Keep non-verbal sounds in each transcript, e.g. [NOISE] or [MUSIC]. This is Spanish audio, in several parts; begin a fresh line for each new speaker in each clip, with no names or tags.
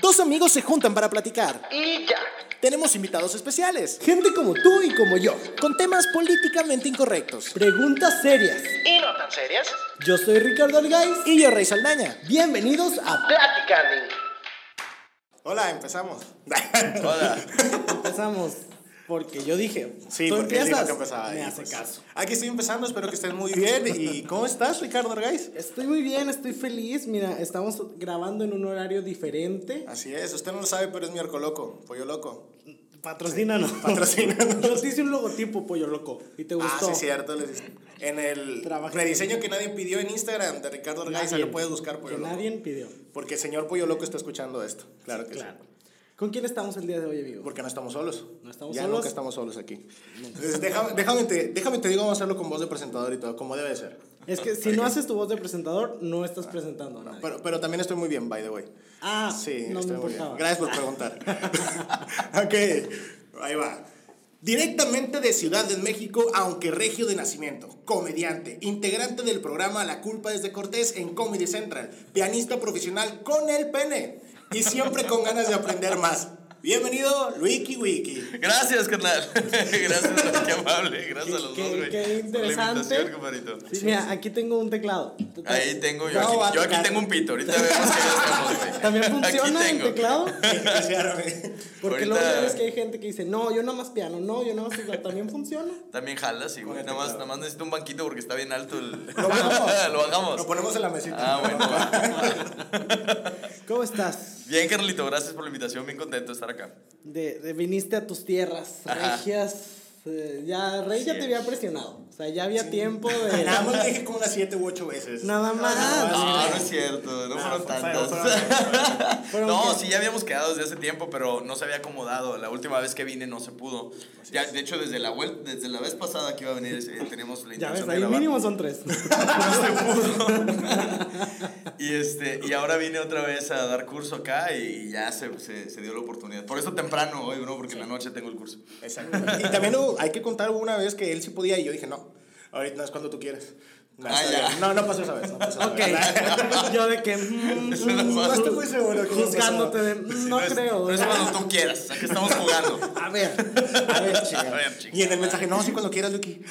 Dos amigos se juntan para platicar.
Y ya.
Tenemos invitados especiales,
Gente como tú y como yo.
con temas políticamente incorrectos.
Preguntas serias.
¿Y no tan serias?
Yo soy Ricardo Argáiz.
Y yo, Rey Saldaña.
Bienvenidos a
Platicando.
[LAUGHS]
Hola, empezamos.
Empezamos. Porque yo dije,
Sí,
tú
porque él dijo
empiezas,
que empezaba
me
y,
hace
pues,
caso.
Aquí estoy empezando, espero que estén muy bien. ¿Y cómo estás, Ricardo Argáiz?
Estoy muy bien, estoy feliz. Mira, estamos grabando en un horario diferente.
Así es, usted no lo sabe, pero es mi loco, pollo loco.
Patrocínanos.
[LAUGHS] Patrocínanos.
Yo te hice un logotipo, pollo loco. Y te
Ah,
gustó.
sí, cierto. les- En el
Trabaja-
rediseño que nadie pidió en Instagram de Ricardo Argáiz, ahí
Nadie.
lo puedes buscar, pollo
Que
loco.
nadie pidió.
Porque el señor pollo loco está escuchando esto. Claro que sí.
Claro. ¿Con quién estamos el día de hoy, amigo?
Porque no estamos solos.
No estamos
ya
solos.
nunca estamos solos aquí. Entonces, déjame, déjame, te, déjame te digo, vamos a hacerlo con voz de presentador y todo, como debe de ser.
Es que si no haces tu voz de presentador, no estás presentando a nadie.
Pero, pero también estoy muy bien, by the way.
Ah,
Sí,
no me
estoy muy bien.
importaba.
Gracias por preguntar. [LAUGHS] ok, ahí va. Directamente de Ciudad de México, aunque regio de nacimiento, comediante, integrante del programa La culpa es de Cortés en Comedy Central, pianista profesional con el pene y siempre con ganas de aprender más. Bienvenido, Luiki
[LAUGHS]
Wiki.
Gracias, carnal. [LAUGHS] Gracias, qué amable. Gracias a los
Qué-
dos, güey.
qué
por la
interesante.
invitación, compadrito.
Sí, mira, aquí tengo un teclado.
Ahí tengo yo.
No va a
Aquí, yo aquí
tocar.
tengo un pito. Ahorita vemos qué hacemos, güey.
¿También
[LAUGHS] Aquí
funciona el
tengo.
teclado? Porque
Ahorita-
luego ya ves que hay gente que dice, no, yo nada más piano, no, yo nada más teclado". También funciona.
También jala, sí, güey.
el
Nada más,
teclado.
nada más necesito un banquito porque está bien alto el.
Lo bajamos.
[LAUGHS] Lo bajamos.
Lo ponemos en la mesita.
Ah, bueno.
¿Cómo estás?
Bien, Carlito, gracias por la invitación. Bien contento de estar acá.
De, de- viniste a tus tierras,
Ajá.
regias. eh, ya, Rey ya
Así
te había
es.
presionado. O sea, ya había tiempo de.
[LAUGHS] Nada más le dije como unas 7 u 8 veces.
Nada más.
Ah, No, no es cierto, no fueron
fue-
tantas. [LAUGHS]
fueron-
no,
fueron-
sí, ya habíamos quedado desde hace tiempo, pero no se había acomodado. La última vez que vine no se pudo. Ya, de hecho, desde la, vuel- desde la vez pasada que iba a venir, eh, teníamos la
Ya ves,
intención de
ahí
grabar.
mínimo son tres.
[LAUGHS] Y, este, y ahora vine otra vez a dar curso acá y ya se, se, se dio la oportunidad. Por eso temprano hoy, bro, porque en la noche tengo el curso.
Exacto. Y también hubo- hay que contar hubo una vez que él sí podía y yo dije, no, ahorita no es cuando tú quieres. No,
Ah,
está
ya.
bien. no, no pasó esa vez. No pasó esa
ok.
[LAUGHS]
vez.
[LAUGHS] yo de que. mm,
Eso no
mm,
pasa.
No estoy muy seguro. que no
Juzgándote
pasó.
de. mm, no
es-
creo.
No es cuando tú quieras, aquí estamos jugando.
[LAUGHS] A ver.
A ver,
[LAUGHS] A
chica.
ver, chica.
Y en el mensaje, no, sí, cuando quieras,
[LAUGHS]
Lucky.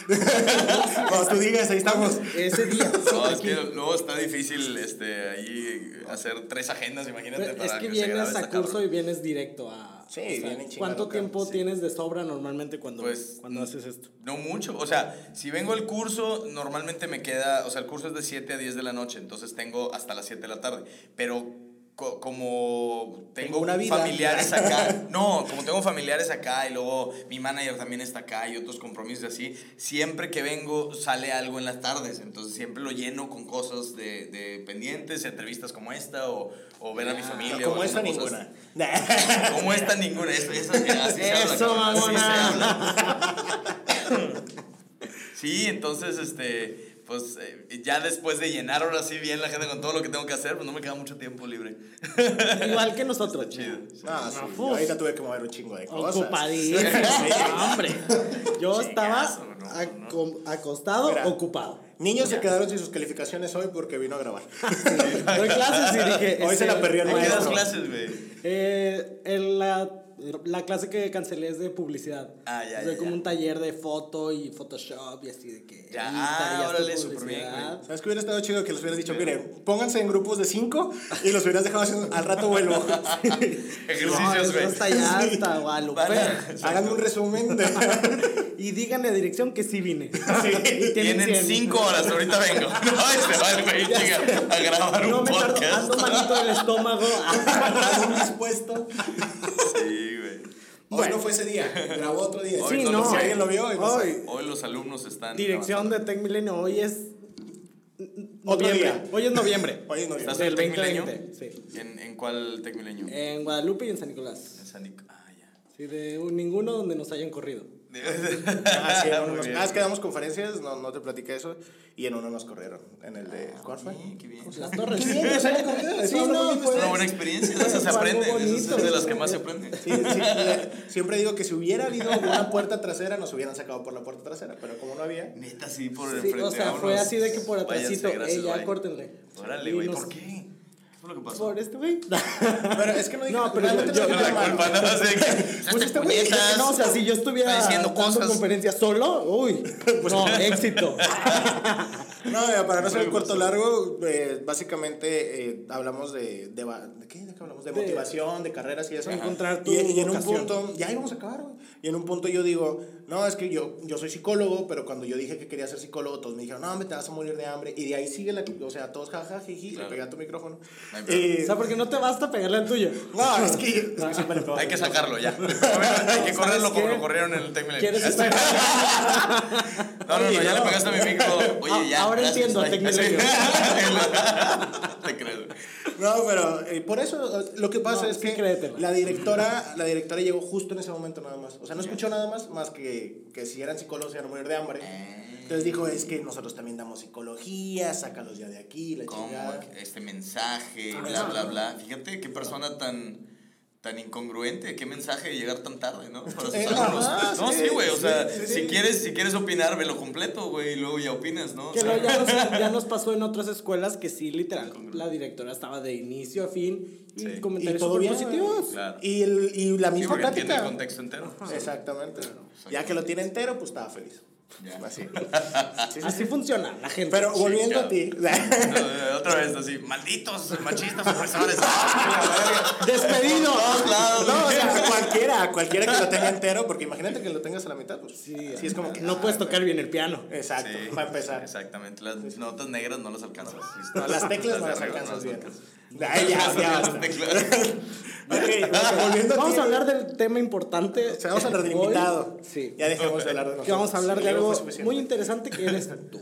cuando tú digas, ahí estamos.
Ese día. [LAUGHS]
No, es que luego está difícil este, ahí hacer tres agendas, imagínate.
Pero es
para
que
se grabe
vienes
esta
a curso
cabrón.
y vienes directo a.
Sí, viene chingado,
¿Cuánto
cabrón,
tiempo
sí.
tienes de sobra normalmente cuando,
Pues,
cuando
mm,
haces
[LAUGHS]
esto?
No mucho, o sea, si vengo al curso, normalmente me queda, o sea, el curso es de 7 a 10 de la noche, entonces tengo hasta las 7 de la tarde, pero co- como tengo,
Tengo una vida. [LAUGHS]
familiares acá, no, como tengo familiares acá y luego mi manager también está acá y otros compromisos así, siempre que vengo sale algo en las tardes, entonces siempre lo lleno con cosas de, de pendientes, entrevistas como esta o, o ver a mi familia.
Ah,
o
Como esta
algunas cosas.
ninguna. [LAUGHS]
Como esta ninguna, eso, eso, mira, así se habla,
Eso,
cabrón, así se
mamona.
habla. Sí, entonces, este, pues eh, ya después de llenar ahora sí bien la agenda con todo lo que tengo que hacer, pues no me queda mucho tiempo libre.
Igual que nosotros.
Chido.
No, sí,
No,
yo ahorita tuve que mover un chingo de cosas. [LAUGHS]
Ocupadísimo. [LAUGHS] No, hombre. Yo estaba aco- acostado,
Mira.
[LAUGHS]
ocupado.
Niños se quedaron sin sus calificaciones hoy porque vino a grabar.
Doy clases y dije. "Este,
Hoy se la perdió el
¿Hay que das
maestro.
clases, güey?
Eh, en la, la clase que cancelé es de publicidad.
Ah, ya,
Fue
ya,
como
ya.
un taller de foto y Photoshop y así de que.
Ya,
edita y
ah,
haz tu
órale, súper bien,
publicidad.
güey.
¿Sabes que hubiera estado chido que les hubieras dicho, miren, pónganse en grupos de cinco y los hubieras dejado haciendo, al rato vuelvo? [LAUGHS]
No,
Ejercicios,
eso
güey.
Está ya
[LAUGHS]
hasta Guadalupe.
Van a-
Háganme un resumen de...
Y díganle a dirección que sí vine. [LAUGHS] Y
Tienen
cien.
cinco horas, ahorita
[LAUGHS]
vengo. No, este va el güey, llega a grabar
No
un
me tardo,
podcast.
ando malito del estómago.
Algún dispuesto.
Sí, güey.
Hoy
Bueno.
no fue ese día, grabó otro día.
Hoy no lo
Si
sé.
alguien lo vio, hoy no sé.
Hoy,
Hoy los alumnos están.
dirección de Tech Milenio, hoy es
Otro
noviembre.
día.
Hoy es noviembre.
Hoy no vio.
¿Estás
Del
en Tecmilenio?
2020, sí. Eh.
¿En, en cuál tecmilenio?
En Guadalupe y en San Nicolás.
En San Nic- Ah, ya.
Sí, de un- ninguno donde nos hayan corrido.
Ah, sí, en uno
Muy
nos-
bien.
ah, es que damos conferencias, no, no te platiqué eso. Y en uno nos corrieron. En el de. ¿Cuál fue?
Sí, qué bien.
Las torres.
Sí, nos hayan corrido,
Sí, no,
eso
pues,
no
Es
fue-
una buena experiencia, de esas
[LAUGHS]
se
Fue algo
aprende, de esas
bonito.
es de las que más se aprende.
Sí, sí, eh, siempre digo que si hubiera habido una puerta trasera, nos hubieran sacado por la puerta trasera. Pero como no había.
Neta, sí, por el
Sí,
frente.
o sea, fue
vámonos.
así de que por
Váyanse,
atrásito,
gracias,
eh, ya
bye.
córtenle.
Órale,
Y
güey,
nos-
¿por qué? fue lo que pasó.
Por este güey.
Pero es que no dije
No, pero yo-
realmente
yo-
no
No,
dije
la
[LAUGHS]
nada malo.
culpa no sé qué.
Pues este güey,
Puñetas.
no, o sea, si yo estuviera
Está diciendo
dando
cosas.
conferencias solo, uy, no, éxito.
No, mira, para no ser el
Pero
corto
pasó.
largo, eh, básicamente eh, hablamos de, de, va- ¿de qué? ¿De qué hablamos? De,
De-
motivación, de carreras y eso.
Ajá. Encontrar tu
y, y en un
vocación.
punto, ya íbamos a acabar, güey. Y en un punto yo digo, no, es que yo, yo soy psicólogo, pero cuando yo dije que quería ser psicólogo, todos me dijeron, no, me te vas a morir de hambre. Y de ahí sigue la, o sea, todos jaja, jiji, le
Claro.
pegué a tu micrófono.
No hay problema.
Eh,
O sea, porque no te basta pegarle al tuyo.
[LAUGHS] no, es que, [LAUGHS] es que siempre le pego.
Hay que
[LAUGHS]
sacarlo ya. Hay que correrlo como
qué?
lo corrieron en el Tec Milenio.
¿Quieres estar-
[LAUGHS] No, no, no,
Oye,
ya le
no.
pegaste a mi micro. Oye, ya.
Ah, Ahora entiendo,
bye.
Tec Milenio.
Sí. [LAUGHS] Te creo.
No, pero eh, por eso eh, lo que pasa
No,
es
sí,
que
créetela.
la directora, la directora llegó justo en ese momento nada más. O sea, no escuchó nada más más que, que si eran psicólogos se iban a morir de hambre.
Eh.
Entonces dijo, es que nosotros también damos psicología, sácalos ya de Ah, aquí, la
Como
chingada.
este mensaje, bla, bla, bla. Fíjate qué persona tan tan incongruente, qué mensaje de llegar tan tarde, ¿no? Para sus
Eh,
alumnos.
ajá,
No,
sí,
sí, güey, o
sí,
sea,
sí,
si
sí.
quieres si quieres opinar, ve lo completo, güey, y luego ya opinas, ¿no? O
Que
sea,
lo- ya, nos, ya nos pasó en otras escuelas que sí, literal, la directora estaba de inicio a fin y
Sí.
comentarios
Y todo
súper
bien,
positivos.
güey.
Claro.
Y, el- y la
sí,
misma
porque entiende el
plática.
contexto entero.
Exactamente. Ya que lo tiene entero, pues estaba feliz.
Ya.
Así. Sí, sí, sí.
Así funciona la gente.
Pero
Sí,
volviendo a
claro.
ti. [LAUGHS]
No, [LAUGHS] eh, Otra vez así, malditos machistas
[LAUGHS]
opresores. Ah, la verga.
¡Despedido!
[LAUGHS] Todos lados,
No, o
güey.
sea, cualquiera, cualquiera que lo tenga entero, porque imagínate que lo tengas a la mitad, pues.
Sí,
es como que.
no puedes tocar bien el piano.
Exacto,
Sí,
para empezar.
Exactamente, las notas negras no las alcanzas.
No, las
[LAUGHS]
teclas no
de
las
arriba
alcanzas bien.
alcanzas.
Ay, ya, ya.
Las
basta.
teclas.
Ok, volviendo a
Vamos
ti.
a hablar del tema importante.
O sea, vamos a hablar del
hoy.
invitado.
Sí.
Ya dejamos de hablar de nosotros.
Que vamos a hablar
Sí,
de
ya
algo
fue suficiente.
muy interesante que eres tú.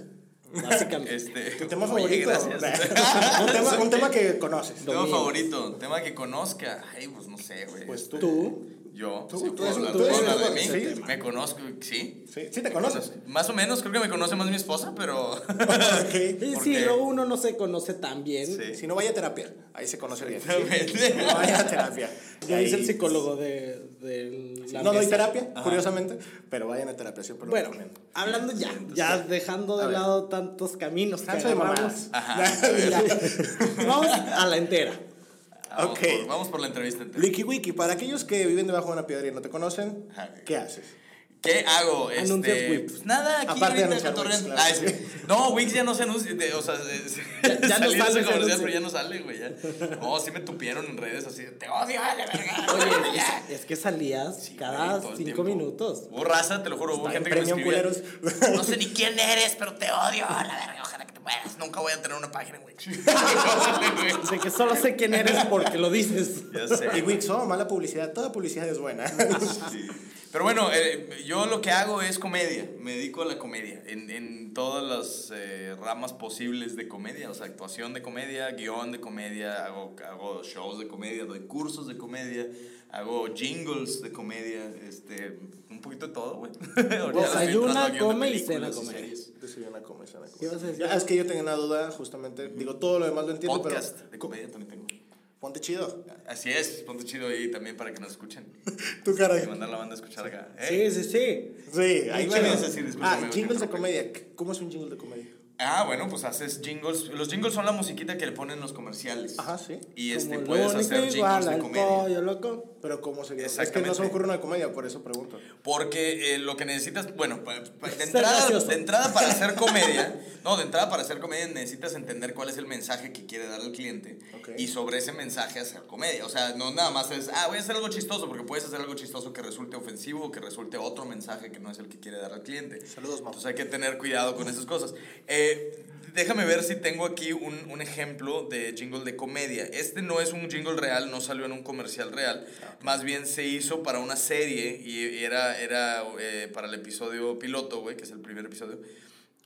Básicamente.
Este,
Tu tema
oye,
favorito.
gracias.
[LAUGHS] un, tema, un tema que conoces.
Tema
Domingo.
favorito, tema que conozca. Ay, pues no sé, güey.
Pues tú.
Tú.
Yo,
Tú,
sí,
tú
puedo
eres-
hablar,
tú
puedo
eres-
hablar de mí.
sí.
Me conozco, sí.
Sí, sí te conoces.
Más o menos, creo que me conoce más mi esposa, pero. [LAUGHS]
Ok.
Y
¿Por
sí,
qué?
luego uno no se conoce tan bien.
Sí.
Si no vaya a terapia, ahí se conoce bien.
Exactamente.
No vaya a terapia.
[LAUGHS] Ya
Ahí-
dice el psicólogo de, de la
No doy
mesa.
terapia, curiosamente, pero vayan a terapia, siempre lo
Bueno,
recomiendo.
hablando ya, ya dejando
A
de
ver.
lado tantos caminos que
Canso de
agarramos. [LAUGHS]
mamadas.
Ajá.
Ya. Vamos a la entera.
Vamos,
Ok.
por, vamos por la entrevista entera.
Wiki Wiki, para aquellos que viven debajo de una piedra y no te conocen,
Ajá.
¿qué haces?
¿Qué hago? Este,
Anuncias Wix.
Pues nada, aquí
Aparte de
ahorita
anunciar
cotorreando.
Wix, claro.
Ah, sí. No, Wix ya no se anuncia. de- [LAUGHS] o sea, es-
ya no
salí
sale
de ese
ese
comercial,
anuncio.
pero ya no sale, güey. ya. No, sí me tupieron en redes así. de, Te odio, a la verga.
Oye,
[LAUGHS] ya.
es, es que salías
Sí,
cada
güey, todo el
cinco
tiempo.
minutos.
Hubo raza, te lo juro, hubo
Está en
gente que me
premium,
escribía.
culeros. [LAUGHS]
No sé ni quién eres, pero te odio, a la verga. Ojalá que te mueras. Nunca voy a tener una página, güey.
Sé que solo sé quién eres porque lo dices.
[LAUGHS] ya sé.
Y Wix, oh, mala publicidad, toda publicidad es buena.
[LAUGHS]
[LAUGHS] Pero bueno, eh, yo lo que hago es comedia, me dedico a la comedia, en, en todas las eh, ramas posibles de comedia, o sea, actuación de comedia, guión de comedia, hago, hago shows de comedia, doy cursos de comedia, hago jingles de comedia, este, un poquito de todo, güey. [LAUGHS] Ahorita le estoy
ayuna,
entrando a guión de
come y cena
películas y
comedia.
series.
Decidí una comedia, una comedia.
¿Qué vas a decir?
Ah, Es que yo tenía una duda, justamente. Digo, todo lo demás lo entiendo,
Podcast de
pero.
comedia también tengo.
Ponte chido.
Así es, ponte chido ahí también para que nos escuchen.
Tu
Y
cara.
mandar la banda a escuchar acá. [LAUGHS] ¿eh?
Sí, sí, sí.
Sí, ahí
¿Qué
chido.
ibas a decir?
Ah,
Discúlpame, me
jingles de
interrumpí.
comedia. ¿Cómo es un jingle de comedia?
Ah, bueno, pues haces jingles. Los jingles son la musiquita que le ponen los comerciales.
Ajá, sí.
Y este,
Como
puedes
lo
hacer
único
jingles
igual
de
al
comedia.
pollo, loco.
Pero ¿cómo sería? Es que no
Exactamente.
se me ocurre una de comedia, por eso pregunto.
Porque eh, lo que necesitas, bueno, pa- pa- de,
Ser
entrada,
gracioso.
de entrada
[LAUGHS]
para hacer comedia, no, de entrada para hacer comedia necesitas entender cuál es el mensaje que quiere dar el cliente
Ok.
y sobre ese mensaje hacer comedia. O sea, no nada más es, ah, voy a hacer algo chistoso, porque puedes hacer algo chistoso que resulte ofensivo o que resulte otro mensaje que no es el que quiere dar al cliente.
Saludos, mamá.
Entonces hay que tener cuidado con esas cosas. Eh, déjame ver si tengo aquí un, un ejemplo de jingle de comedia. Este no es un jingle real, no salió en un comercial real. Más bien se hizo para una serie y, y era, era eh, para el episodio piloto, güey, que es el primer episodio.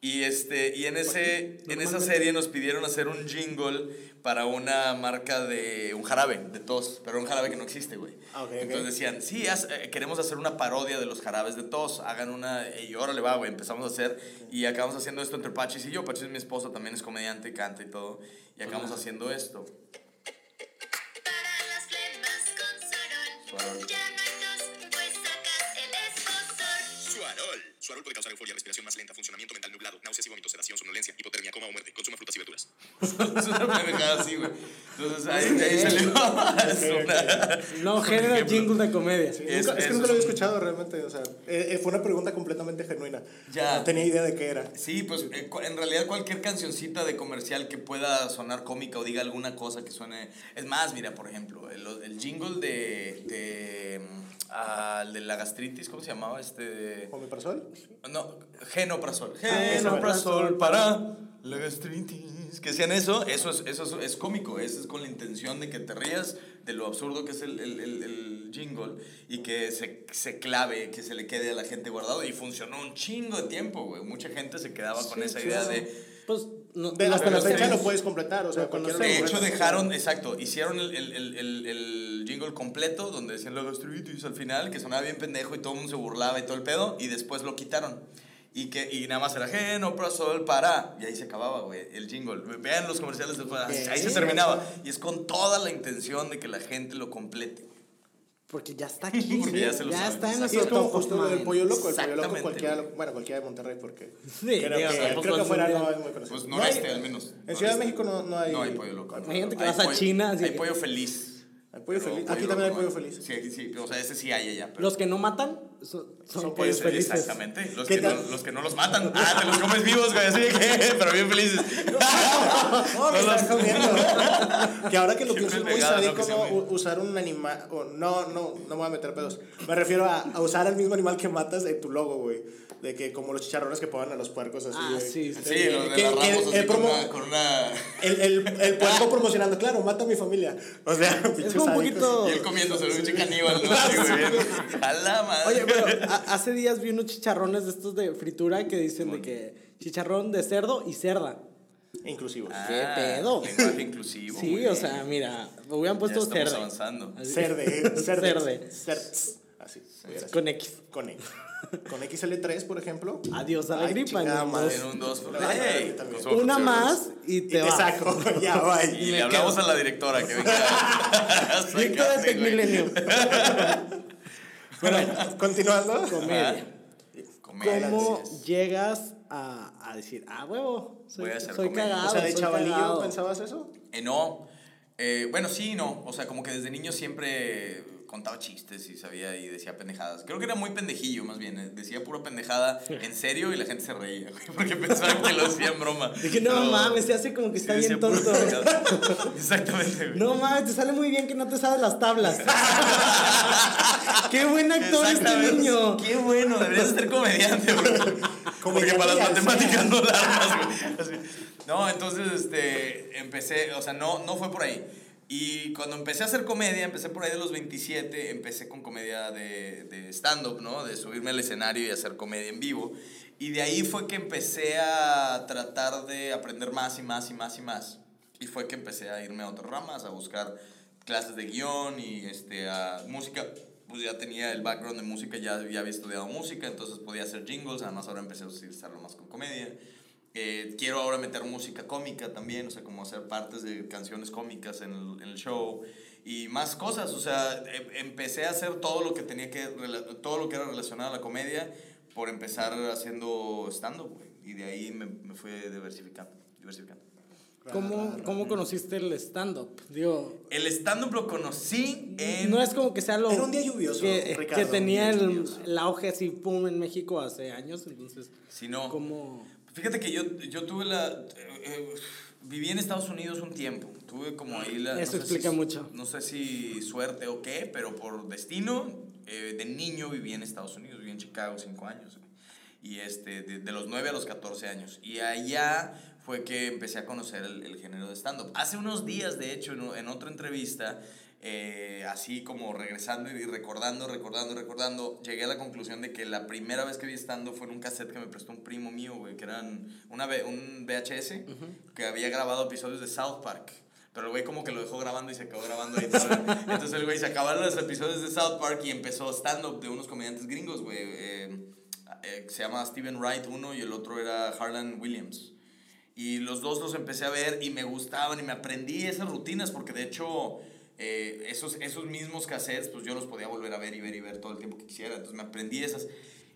Y, este, y en,
Pues,
ese, en esa serie nos pidieron hacer un jingle para una marca de un jarabe, de tos, pero un jarabe que no existe, güey.
Ah, ok, ok.
Entonces decían, sí, haz- eh, queremos hacer una parodia de los jarabes de tos, hagan una, y órale va, güey, empezamos a hacer, y acabamos haciendo esto entre Pachis y yo, Pachis es mi esposo, también es comediante, canta y todo, y acabamos haciendo esto. [LAUGHS]
Para las flemas con
Suarol.
Suarol. Ya no hay tos, pues sacas el esposor.
Suarol. Su árbol puede causar euforia, respiración más lenta, funcionamiento mental nublado, náuseas y vómitos, sedación, somnolencia, hipotermia, coma o muerte. Consuma frutas y verduras.
Es una pendejada así, güey. Entonces, ahí, de ahí salió. [LAUGHS] Es una-
No, genera jingle de comedia.
Es-
Nunca- es, que
es-
nunca lo había escuchado realmente, o sea, eh, eh, fue una pregunta completamente genuina.
Ya.
No tenía idea de qué era.
Sí, pues eh, cu- en realidad cualquier cancioncita de comercial que pueda sonar cómica o diga alguna cosa que suene. Es más, mira, por ejemplo, el, el jingle de. de mm, ah, el de la gastritis, ¿cómo se llamaba? Este.
¿Omeprazol?
No, genoprazol.
eso,
Genoprazol para la gastritis. Que sean eso, eso es, eso es, es cómico. Eso es con la intención de que te rías de lo absurdo que es el, el, el- el jingle y que se, se clave, que se le quede a la gente guardado. Y funcionó un chingo de tiempo, güey. Mucha gente se quedaba con esa idea de.
Pues, no,
De- hasta
Pero
la
los
fecha
tres.
lo puedes completar, o sea,
Pero con los
cualquier
De
Sí,
hecho, dejaron, exacto, hicieron el, el, el, el, el jingle completo donde decían la gastritis al final, que sonaba bien pendejo y todo el mundo se burlaba y todo el pedo, y después lo quitaron. Y, que, y nada más era genoprazol para. Y ahí se acababa, güey, el jingle. Vean los comerciales después, ahí ahí se terminaba. Y es con toda la intención de que la gente lo complete.
Porque ya
[LAUGHS]
está aquí.
Porque ya se lo saben.
está en
Sí,
Sí, es
nuestro
como
top
justo
of
lo del
mind.
pollo loco, el pollo loco
Exactamente,
cualquiera,
güey.
bueno, cualquiera de Monterrey porque
Sí,
creo,
digo,
que, creo
tampoco
que
es
afuera
mundial.
no es muy conocido.
Pues
No
noreste,
hay-
al menos.
En Ciudad de
Noreste.
México no, no hay
No hay pollo loco.
Imagínate que
Hay
vas a
pollo-
China, así
Hay
que-
pollo feliz.
Hay pollo
pero
feliz. Aquí
loco
también hay
no
pollo feliz.
Sí, aquí sí, o sea, ese sí hay allá. pero-
Los que no matan son, son
Son
pollos felices.
Exactamente. Los
¿Qué
que, no,
tal?
los que no los matan. Ah, te los comes vivos, güey. Así que, [LAUGHS] pero
[LAUGHS]
bien felices.
No, me
No
estás [LAUGHS]
los-
jodiendo. que ahora que lo
Qué
pienso es muy
pendejada, ¿no?
sádico
que se
¿no?
llame.
U- usar un animal. o- No, no, no me voy a meter pedos. Me refiero a, a usar al mismo animal que matas en tu logo, güey. De que como los chicharrones que ponen a los puercos así.
Ah,
güey.
sí, sí.
Sí,
Que-
los de la
que-
Ramos
que
así con
promo-
una, con una-
El, el, el puerco promocionando, claro, mata a mi familia. O sea,
Es
pinches
como un
sádicos.
poquito.
Y él comiéndose un pinche caníbal,
[LAUGHS]
¿no? Así, güey. A la madre.
Oye,
[LAUGHS]
pero a- hace días vi unos chicharrones de estos de fritura que dicen de que chicharrón de cerdo y cerda.
Inclusivos.
¿Qué pedo?
Ah, Lenguaje inclusivo.
Sí,
muy
o
bien.
sea, mira, hubieran
Ya
puesto
estamos
cerda.
avanzando.
Así- [LAUGHS]
Cerde. Cerde.
Cerde.
Cerds. Así. hubiera sido.
Con X.
Con X. Con XL3, por ejemplo.
Adiós a la
Ay,
gripa.
chingada
¿no?
madre.
En un dos.
Pero vaya,
Ey,
también.
con su
Una
opción.
más y
Y
te,
te
vas.
saco. [LAUGHS] Ya, bye.
Y le hablamos a la directora que
[LAUGHS]
venga. [LAUGHS]
Directora de
Sácate, güey. [LAUGHS]
Tecmilenio.
Bueno, continuando.
Comedia.
Comedia.
¿Cómo
así es.
llegas a, a decir, ah, huevo, soy,
Voy a hacer
soy
comedia"?
cagado?
O sea, de
soy
chavalillo
cagado.
pensabas eso.
Eh, no. Eh, bueno, sí y no. O sea, como que desde niño siempre contaba chistes y sabía y decía pendejadas. Creo que era muy pendejillo, más bien. eh, Decía pura pendejada en serio y la gente se reía, güey, porque [LAUGHS] pensaba que lo hacía en broma.
Dije, no
Pero
mames, se hace como que
sí
está
decía
bien
pura
tonto.
pendejada. [LAUGHS] Exactamente,
[LAUGHS]
güey.
No mames, te sale muy bien que no te sabes las
[LAUGHS]
tablas. [LAUGHS] Qué buen actor este
Exactamente.
niño.
Qué bueno, deberías ser comediante, güey. Porque para las matemáticas no la armas, güey. Así. No, entonces este, empecé, o sea, no, no fue por ahí. Y cuando empecé a hacer comedia, empecé por ahí de los 27, empecé con comedia de, de stand-up, ¿no? De subirme al escenario y hacer comedia en vivo. Y de ahí fue que empecé a tratar de aprender más y más y más y más. Y fue que empecé a irme a otras ramas, a buscar clases de guión y este, a música. Pues ya tenía el background de música, ya, ya había estudiado música, entonces podía hacer jingles. Además, ahora empecé a utilizarlo más con comedia. Eh, quiero ahora meter música cómica también, o sea, como hacer partes de canciones cómicas en el, en el show y más cosas. O sea, em- empecé a hacer todo lo que tenía que, rela- todo lo que era relacionado a la comedia por empezar haciendo stand-up, güey. Y de ahí me, me fui diversificando, diversificando.
¿Cómo, ¿Cómo conociste el stand-up? Digo,
El stand-up lo conocí en...
no es como que sea lo.
Era un día lluvioso,
Que,
Ricardo,
que
un día
tenía el,
lluvioso.
el auge así, pum, en México hace años, entonces.
Si no,
¿Cómo.?
Fíjate que yo, yo tuve la... eh, eh, viví en Estados Unidos un tiempo. Tuve como ahí la...
Eso
sé
explica
si-
mucho.
No sé si suerte o qué, pero por destino, eh, de niño viví en Estados Unidos. Viví en Chicago cinco años. güey. Y este, de, de los 9 a los 14 años. Y allá fue que empecé a conocer el, el género de stand-up. Hace unos días, de hecho, en, o- en otra entrevista, eh, así como regresando y recordando, recordando, recordando, llegué a la conclusión de que la primera vez que vi stand-up fue en un cassette que me prestó un primo mío, güey, que eran una, V- un VHS que había grabado episodios de South Park. Pero el güey como que lo dejó grabando y se acabó grabando ahí. todo. Entonces el güey se acabaron los episodios de South Park y empezó stand-up de unos comediantes gringos, güey. eh, eh, que se llama Steven Wright uno y el otro era Harlan Williams. Y los dos los empecé a ver y me gustaban y me aprendí esas rutinas porque de hecho eh, esos, esos mismos cassettes pues yo los podía volver a ver y ver y ver todo el tiempo que quisiera. Entonces me aprendí esas.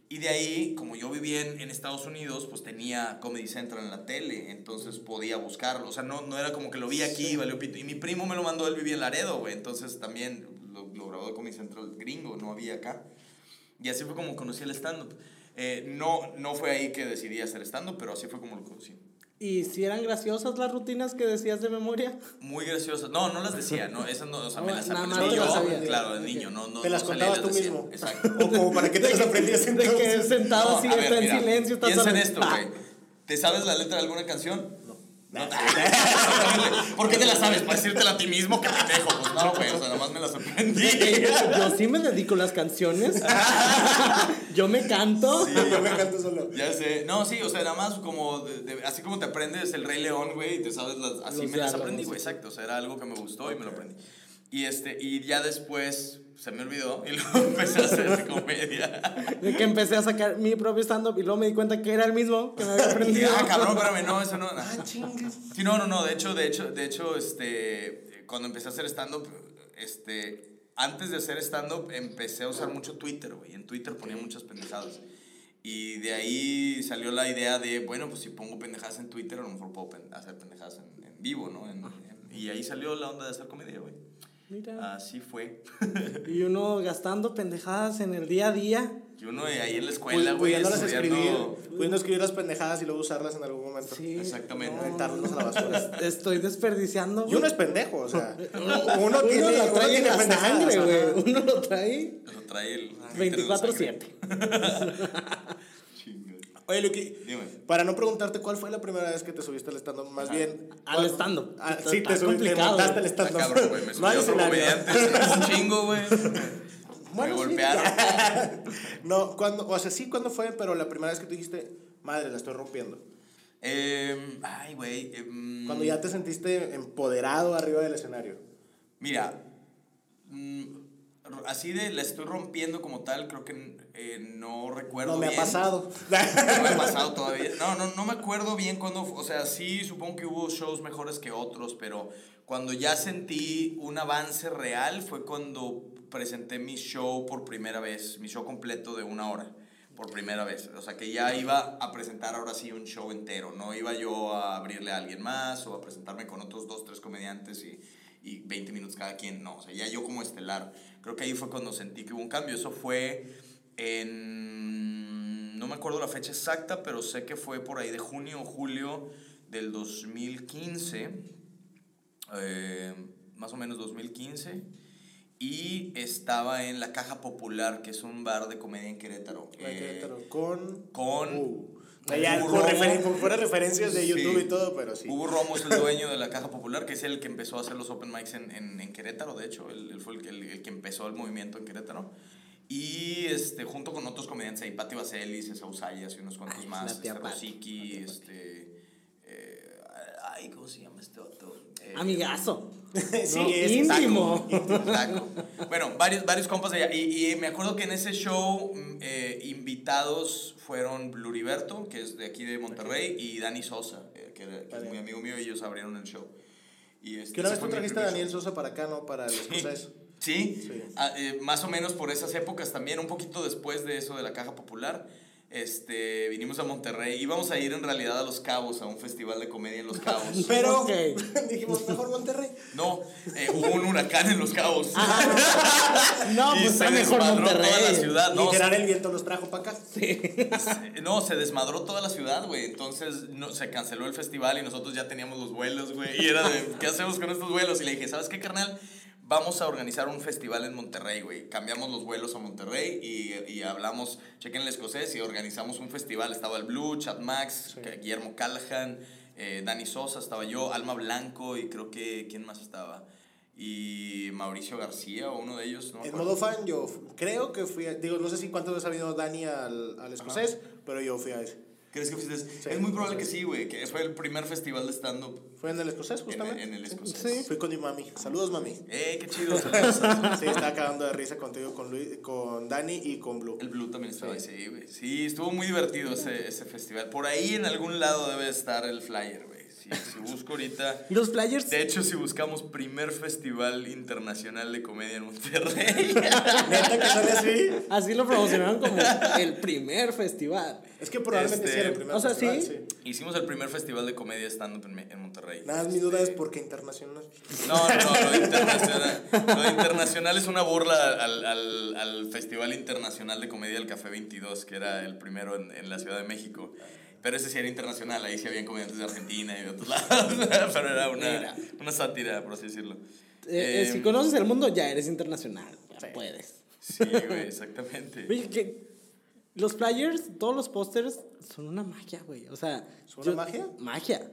Y de ahí, como yo vivía en, en Estados Unidos, pues tenía Comedy Central en la tele, entonces podía buscarlo. O sea, no, no era como que lo vi aquí y valió pito. Y mi primo me lo mandó, él vivía en Laredo, güey. Entonces también lo, lo grabó de Comedy Central gringo, no había acá. Y así fue como conocí el stand-up. Eh, no, no fue ahí que decidí hacer stand-up, pero así fue como lo conocí.
¿Y si eran graciosas las rutinas que decías de memoria? [LAUGHS]
Muy graciosa. No, no las decía, no, esas no, o sea, me
No,
las
nada más
aprendí
te
yo,
las sabías.
claro, de niño, no, no.
Te las
no salía y
contabas tú
decía.
mismo.
Exacto.
[LAUGHS]
[LAUGHS]
O como para que te las aprendías
De
[LAUGHS]
que
entonces.
sentado
No,
así,
a ver,
está en
mira,
silencio, estás
Piensa en
hablando,
esto,
¡pa!
güey. ¿Te sabes la letra de alguna canción? No. [LAUGHS] ¿Por qué te la sabes? ¿Para decírtela a ti mismo? ¿Qué pendejo? Pues no, güey, o sea, nada más me las
[LAUGHS]
aprendí.
Ah, Yo sí me dedico a las
[LAUGHS]
canciones. Yo me canto.
Sí, yo me canto solo.
Ya sé. No, sí, o sea, nada más como, de- de- así como te aprendes el Rey León, güey, y te sabes las, así
Los
me las
diálogos,
aprendí, güey, exacto. O sea, era algo que me gustó y me lo aprendí. Y este, y ya después se me olvidó y [LAUGHS] luego empecé a hacer comedia.
De que empecé a sacar mi propio stand-up y luego me di cuenta que era el mismo que me
[LAUGHS]
había aprendido. [LAUGHS]
Ah, cabrón, espérame, no, eso no. Ah, chingas. Sí, no, no, no, de hecho, de hecho, de hecho, este, cuando empecé a hacer stand-up, este, antes de hacer stand-up empecé a usar mucho Twitter, güey, en Twitter ponía muchas pendejadas. Y de ahí salió la idea de, bueno, pues si pongo pendejadas en Twitter, a lo mejor puedo pen- hacer pendejadas en, en vivo, ¿no? En- en- y ahí salió la onda de hacer comedia, güey.
Mira.
Así fue.
Y uno gastando pendejadas en el día a día.
Y uno de ahí en la escuela,
Pudi-
güey,
Pudiéndolas
estudiando-
escribir, pudiendo escribir las pendejadas y luego usarlas en algún momento.
Sí.
Exactamente.
Aventarlos a la basura.
Estoy desperdiciando.
Y
güey.
uno es pendejo, o
[LAUGHS]
sea.
Uno,
Uno tiene,
lo
uno
trae en
tiene
la
pendejadas,
sangre,
ajá.
güey. Uno lo trae
Lo trae el... ah,
24-7.
Chinga.
Oye, Luqui,
Dime.
para no preguntarte cuál fue la primera vez que te subiste al stand-up, más bien.
Al
¿cuál-
stand-up.
Ah,
Está-
sí,
está
te subiste, te
complicado,
montaste al
güey.
Está
stand-up.
Ah, cabrón, güey. Me
no hay
subió otro
escenario.
comediante. Un chingo, [LAUGHS] güey.
Bueno,
me
sí.
golpearon.
No, cuando, o sea, sí, cuándo fue, pero la primera vez que tú dijiste, madre, la estoy rompiendo.
Em, ay, güey. em,
Cuando ya te sentiste empoderado arriba del escenario.
Mira, mm, r- así de la estoy rompiendo como tal, creo que eh, no recuerdo
No me ha
bien.
pasado.
[LAUGHS] No me ha pasado todavía. No, no, no me acuerdo bien cuando, o sea, sí, supongo que hubo shows mejores que otros, pero cuando ya sentí un avance real fue cuando presenté mi show por primera vez, mi show completo de una hora, por primera vez. O sea, que ya iba a presentar ahora sí un show entero, no iba yo a abrirle a alguien más o a presentarme con otros dos, tres comediantes y, y 20 minutos cada quien, no, o sea, ya yo como estelar. Creo que ahí fue cuando sentí que hubo un cambio, eso fue en... mm, No me acuerdo la fecha exacta, pero sé que fue por ahí de junio o julio del 2015. eh, más o menos 2015. Y estaba en la Caja Popular, que es un bar de comedia en Querétaro. eh,
Querétaro, con.
con-
O sea, ya,
Hugo
por,
Romo.
referen- por fuera referencias de
Sí.
YouTube y todo, pero sí.
Hugo Romo es el dueño de la Caja Popular, que es el que empezó a hacer los open mics en, en, en Querétaro, de hecho, él, él fue el, que- el- el que empezó el movimiento en Querétaro. Y este, junto con otros comediantes ahí, Pati Vaselis, Esa Usayas y unos cuantos
Ay,
más,
la tía
este,
Pati,
Rosicky, este... eh, ay, ¿cómo se llama este otro? Eh,
Ah, Amigazo.
Sí,
No,
es
íntimo.
Exacto. Bueno, varios, varios compas de allá. Y, y me acuerdo que en ese show mm, eh, invitados fueron Bluriberto, que es de aquí de Monterrey, y Dani Sosa, eh, que, era- que es muy amigo mío, y ellos abrieron el show. Y este,
Que una
ese
vez tú
fue mi
trajiste a
primer
Daniel
show.
Sosa para acá, ¿no? Para los cosas.
Sí,
Sí.
Ah, eh, más o menos por esas épocas también, un poquito después de eso de la Caja Popular. Este, vinimos a Monterrey, íbamos a ir en realidad a Los Cabos, a un festival de comedia en Los Cabos.
[LAUGHS] Pero
[LAUGHS]
Ok.
dijimos, mejor Monterrey.
No, eh, hubo un huracán en Los Cabos.
No,
[LAUGHS] Y
pues
se
está mejor
desmadró toda la
Monterrey.
ciudad, no,
Literal, el viento los trajo para acá.
se, eh, no, se desmadró toda la ciudad, güey. Entonces no, se canceló el festival y nosotros ya teníamos los vuelos, güey. Y era de, ¿qué hacemos con estos vuelos? Y le dije, ¿sabes qué, carnal? Vamos a organizar un festival en Monterrey, güey. Cambiamos los vuelos a Monterrey y, y hablamos, chequen el escocés y organizamos un festival. Estaba el Blue, Chad Max, Guillermo Callahan, eh, Dani Sosa, estaba yo, Alma Blanco y creo que, ¿quién más estaba? Y Mauricio García o uno de ellos, ¿no? me
En
acuerdo.
modo fan, yo f- creo que fui. a- digo, no sé si cuántas veces ha venido Dani al, al escocés, pero yo fui a ese.
¿Crees que fuiste? es muy probable que sí, güey. Que fue el primer festival de stand-up
Fue en el escocés,
en,
justamente.
en el escocés.
Fui con mi mami. Saludos, mami.
¡Eh, qué chido!
Sí, estaba cagando de risa contigo, con, Luis, con Dani y con Blue.
El Blue también estaba ahí, sí, güey. Sí, estuvo muy divertido ese, ese festival. Por ahí en algún lado debe estar el flyer, güey. Sí, si busco ahorita.
Los flyers.
De hecho, si buscamos primer festival internacional de comedia en Monterrey. [LAUGHS]
Neta que sale así.
Así lo promocionaron como el primer festival.
Es que probablemente
Este,
sea el primer
o sea,
festival,
sí.
Hicimos el primer festival de comedia stand-up en, Me- en Monterrey.
Nada más mi duda es por qué internacional.
No, no, no, lo de internacional, lo de internacional es una burla al, al- al Festival Internacional de Comedia del Café 22, que era el primero en, en la Ciudad de México. Pero ese sí era internacional, ahí sí habían comediantes de Argentina y de otros lados, [LAUGHS] pero era una, una sátira, por así decirlo.
Eh, eh,
Em,
si conoces el mundo, ya eres internacional. Ya puedes.
Sí, güey,
[LAUGHS]
exactamente.
Oye, que los flyers, todos los pósters son una magia, güey. O sea,
¿Son una magia?
Magia.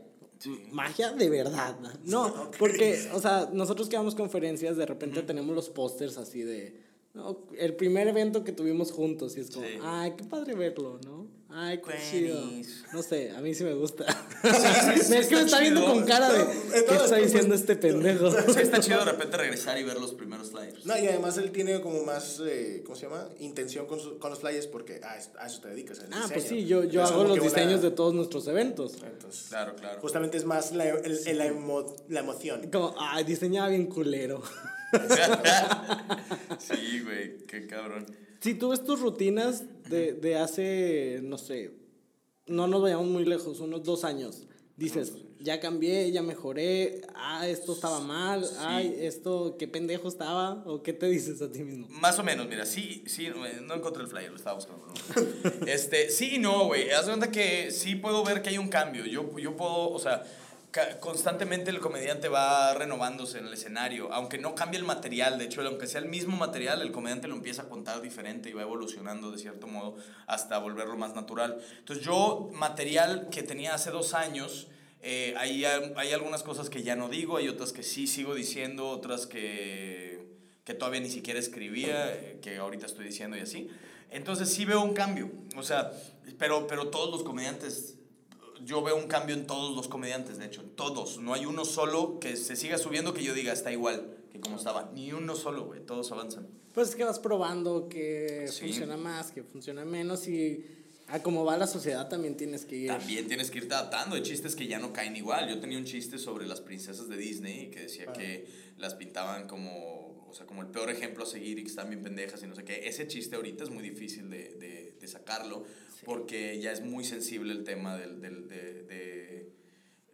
Magia de verdad. No, porque, o sea, nosotros que damos conferencias, de repente tenemos los pósters así de. ¿no? el primer evento que tuvimos juntos, y es como,
Sí.
ay, qué padre verlo, ¿no? Ay, qué chido.
Buenis.
No sé, a mí sí me gusta.
sí, sí,
es que [LAUGHS] me
está
está viendo
chido.
con cara de. ¿Qué
entonces,
está
pues,
diciendo este pendejo?
Sí, está chido de repente regresar y ver los primeros slides.
No, y además él tiene como más, eh, ¿cómo se llama? Intención con, su- con los flyers porque a, es- a eso te dedicas. al
[LAUGHS] Ah, pues
diseño.
sí, yo, yo
Es
hago
como
los
que una-
diseños de todos nuestros eventos.
Entonces,
Claro, claro.
Justamente es más la, el- el- la, emo- la emoción.
Como, ay, diseñaba bien culero.
[LAUGHS]
[LAUGHS]
Sí, güey, qué cabrón.
Si tú ves tus rutinas de, de hace, no sé, no nos vayamos muy lejos, unos dos años, dices, ya cambié, ya mejoré, ah, esto estaba mal, ay, esto, qué pendejo estaba, o qué te dices a ti mismo.
Más o menos, mira, sí, sí, no- no encontré el flyer, lo estaba buscando. ¿no? [LAUGHS] Este, sí y no, güey. Haz de cuenta que sí puedo ver que hay un cambio. Yo, yo puedo, o sea, ca- constantemente el comediante va renovándose en el escenario, aunque no cambie el material. De hecho, aunque sea el mismo material, el comediante lo empieza a contar diferente y va evolucionando de cierto modo hasta volverlo más natural. Entonces, yo, material que tenía hace dos años. eh, hay, hay algunas cosas que ya no digo, hay otras que sí sigo diciendo, otras que que todavía ni siquiera escribía, eh, que ahorita estoy diciendo y así. Entonces sí veo un cambio, o sea, pero, pero todos los comediantes, yo veo un cambio en todos los comediantes, de hecho, en todos. No hay uno solo que se siga subiendo que yo diga está igual que como estaba. Ni uno solo, güey, todos avanzan.
Pues es que vas probando que
Sí.
funciona más, que funciona menos, y a cómo va la sociedad también tienes que ir.
También tienes que irte adaptando. Hay chistes que ya no caen igual. Yo tenía un chiste sobre las princesas de Disney que decía que las pintaban como, o sea, como el peor ejemplo a seguir y que están bien pendejas y no sé qué. Ese chiste ahorita es muy difícil de, de- de sacarlo porque ya es muy sensible el tema del, del- de, de,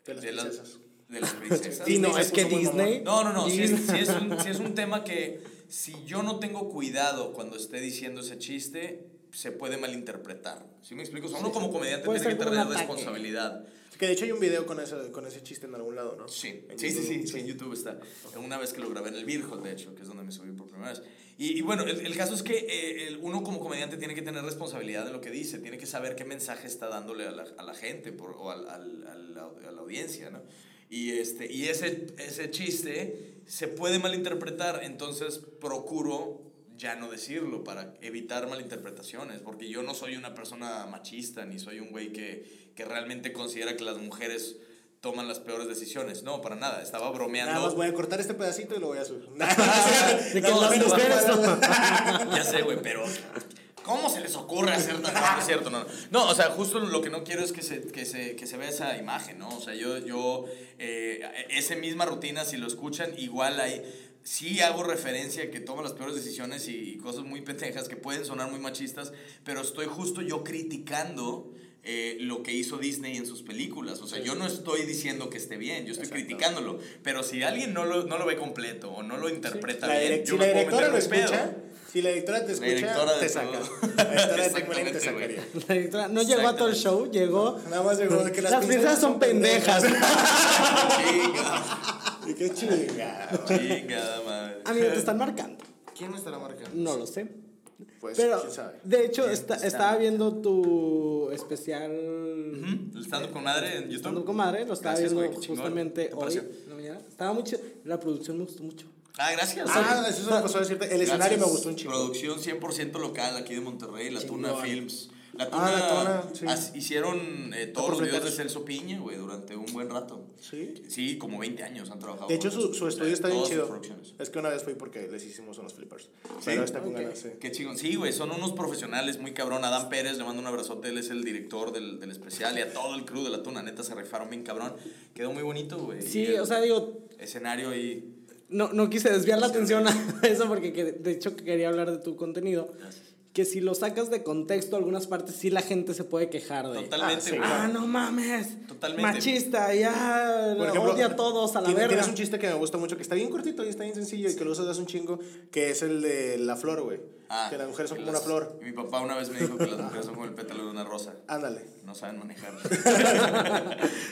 De las
las-
princesas. [LAUGHS]
de las princesas.
Sí, no,
Disney
es
se
que
puso muy
Disney.
No, no, no. Si es,
Disney- [LAUGHS]
sí es un, sí es un tema que si yo no tengo cuidado cuando esté diciendo ese chiste, se puede malinterpretar. ¿Sí me explico? O sea, uno como comediante
Puede
tiene que
ser como un
tener
ataque.
responsabilidad.
Que de hecho hay un video con ese, con ese chiste en algún lado, ¿no?
Sí,
En
sí, sí,
YouTube.
sí, sí, en YouTube está. Una vez que lo grabé en el Virgo, de hecho, que es donde me subí por primera vez. Y, y bueno, el, el caso es que eh, el- uno como comediante tiene que tener responsabilidad de lo que dice, tiene que saber qué mensaje está dándole a la, a la gente por, o al- al- al- a la audiencia, ¿no? Y, este, y ese, ese chiste se puede malinterpretar, entonces procuro ya no decirlo para evitar malinterpretaciones, porque yo no soy una persona machista, ni soy un güey que, que realmente considera que las mujeres toman las peores decisiones. No, para nada. Estaba bromeando. Ah,
Nada más voy a cortar este pedacito y lo voy a
[LAUGHS]
subir.
De
[LAUGHS]
que
Nada más
las
lo voy a-
mujeres son-
ya sé, güey, pero ¿cómo se les ocurre [LAUGHS] hacer tan no, no es cierto, no, no. No, o sea, justo lo que no quiero es que se, que se, que se vea esa imagen, ¿no? O sea, yo, yo eh, esa misma rutina, si lo escuchan, igual hay... Sí hago referencia que toman las peores decisiones y, cosas muy pendejas que pueden sonar muy machistas, pero estoy justo yo criticando eh, lo que hizo Disney en sus películas. O sea, yo no estoy diciendo que esté bien, yo estoy criticándolo. Pero si alguien no lo, no lo ve completo o no lo interpreta
La direc-
bien, yo
si la
me puedo
directora
meter
lo
en
[LAUGHS]
pedo.
escucha, si la directora te escucha,
directora de
te
todo.
saca. [LAUGHS] La directora de Tecuelín te
Exactamente, güey.
sacaría.
La directora no llegó a todo el show, llegó.
Nada más llegó que las,
Las princesas son pendejas.
[LAUGHS] Chinga,
Y qué chingada.
chinga, madre.
Amigo, te están marcando.
¿Quién me estará marcando?
No lo sé.
Pues,
Pero,
quién sabe.
de hecho, esta-
sabe?
estaba viendo tu especial
Ujú, ¿Mm? El stand-up con madre
Stand
en
Up
YouTube.
Comadre, lo estaba
Gracias, güey,
viendo
qué chingón.
justamente
¿Te
hoy
pareció?
en la mañana. Estaba muy chido. La producción me gustó mucho.
Ah, gracias.
Ah, eso es una cosa de decirte. El escenario
Gracias.
me gustó un chingo.
Producción 100% local aquí de Monterrey, La Tuna Films. La tuna.
Ah, la tuna, sí.
as- hicieron eh, todos los
Por
videos de
meterse.
Celso Piña, güey, durante un buen rato.
¿Sí?
Sí, como 20 años han trabajado.
De hecho,
con
su,
ellos.
su estudio está bien
Todas sus
chido.
producciones.
Es que una vez fui porque les hicimos unos flippers.
¿Sí?
Pero está con
Ok.
ganas, sí.
Qué chingón. Sí, güey, son unos profesionales muy cabrón. Adán Pérez, le mando un abrazote, él es el director del, del especial y a todo el crew de la tuna. Neta, se rifaron bien cabrón. Quedó muy bonito, güey. Y
Sí,
el
o sea, digo,
Escenario y...
no, no quise desviar la atención a [LAUGHS] eso porque que- de hecho que quería hablar de tu contenido. Que si lo sacas de contexto, algunas partes sí la gente se puede quejar de.
Totalmente,
Ah, sí,
güey.
claro.
Ah, no mames.
Totalmente.
Machista, ya.
Por ejemplo,
odia a todos a la
tiene-
verga.
Tienes un chiste que me gusta mucho, que está bien cortito y está bien sencillo y que lo usas hace un chingo, que es el de la flor, güey.
Ah,
que las mujeres son
que
como
las-
una flor. Ah.
Y mi papá una vez me dijo que las mujeres son como el pétalo de una rosa. [LAUGHS]
Ándale.
No
[LAUGHS]
saben manejar.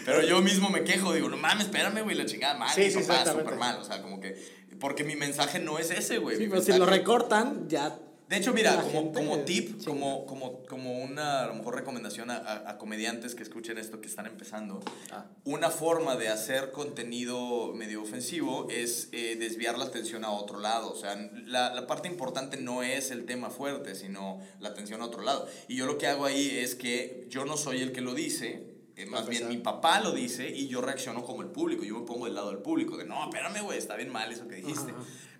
Pero yo mismo me quejo, digo, no mames, espérame, güey, la chingada mal.
Sí,
mi
sí,
papá,
exactamente.
súper mal. O sea, como que. Porque mi mensaje no es ese, güey.
Sí,
mi
pero si lo
mensaje-
recortan, ya.
De hecho, mira,
La
como,
gente
como
le-
tip,
chinga.
como, como, como una a lo mejor recomendación a, a- a comediantes que escuchen esto, que están empezando,
Ah.
una forma de hacer contenido medio ofensivo es eh, desviar la atención a otro lado. O sea, la, la parte importante no es el tema fuerte, sino la atención a otro lado. Y yo lo que hago ahí es que yo no soy el que lo dice. eh, más bien mi papá lo dice y yo reacciono como el público, yo me pongo del lado del público, de no, espérame, güey, está bien mal eso que dijiste.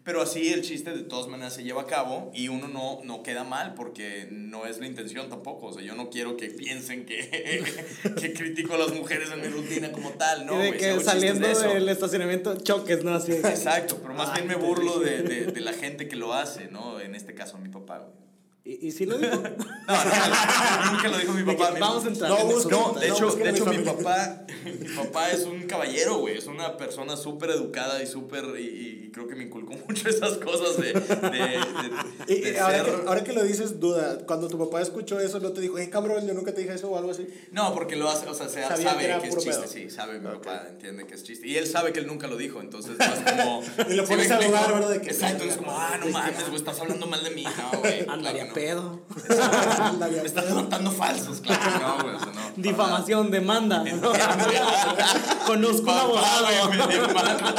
Pero así el chiste de todas maneras se lleva a cabo y uno no, no queda mal porque no es la intención tampoco. O sea, yo no quiero que piensen que, [LAUGHS] que critico a las mujeres en mi rutina como tal, ¿no?
y de
güey? Si hago
que
chistes
saliendo
de eso.
del estacionamiento choques, ¿no? Así de que-
Exacto, pero más bien me burlo de, de, de la gente que lo hace, ¿no? En este caso, mi papá, güey.
[LAUGHS] ¿Y, y si lo
[LAUGHS]
digo?
No, no, nunca
[LAUGHS]
lo dijo mi papá.
De que
mi-
vamos a entrar
No,
en
bus-
eso.
no, de
No
hecho,
busquen
de
en mi
hecho mi,
familia.
papá,
[LAUGHS]
mi papá es un caballero, güey. Es una persona súper educada y súper. Y, y creo que me inculcó [LAUGHS] mucho esas cosas de. de, de-
Y, y
de
ahora,
ser-
que, ahora que lo dices, duda. Cuando tu papá escuchó eso, no te dijo, hey cabrón, yo nunca te dije eso o algo así. [LAUGHS]
No, porque lo hace, o sea, se-
Sabía que
sabe
era
que es
puro
chiste,
pedo.
sí, sabe mi
Ok.
papá, entiende que es chiste. Y él sabe que él nunca lo dijo, entonces más
[LAUGHS]
como.
Y lo
¿sí
pones
me
a
explico?
dudar, ¿verdad? De que-
Exacto, es como, ah, no mames, güey, estás hablando mal
[LAUGHS]
de mí, no, güey. claro
Andaría
que no.
pedo. [LAUGHS]
Ándale,
Me estás levantando falsos, claro, que no, güey, o sea, no. para nada.
Difamación, demanda. [LAUGHS] Conozco un
Papá,
abogado.
güey, me
[LAUGHS]
demanda.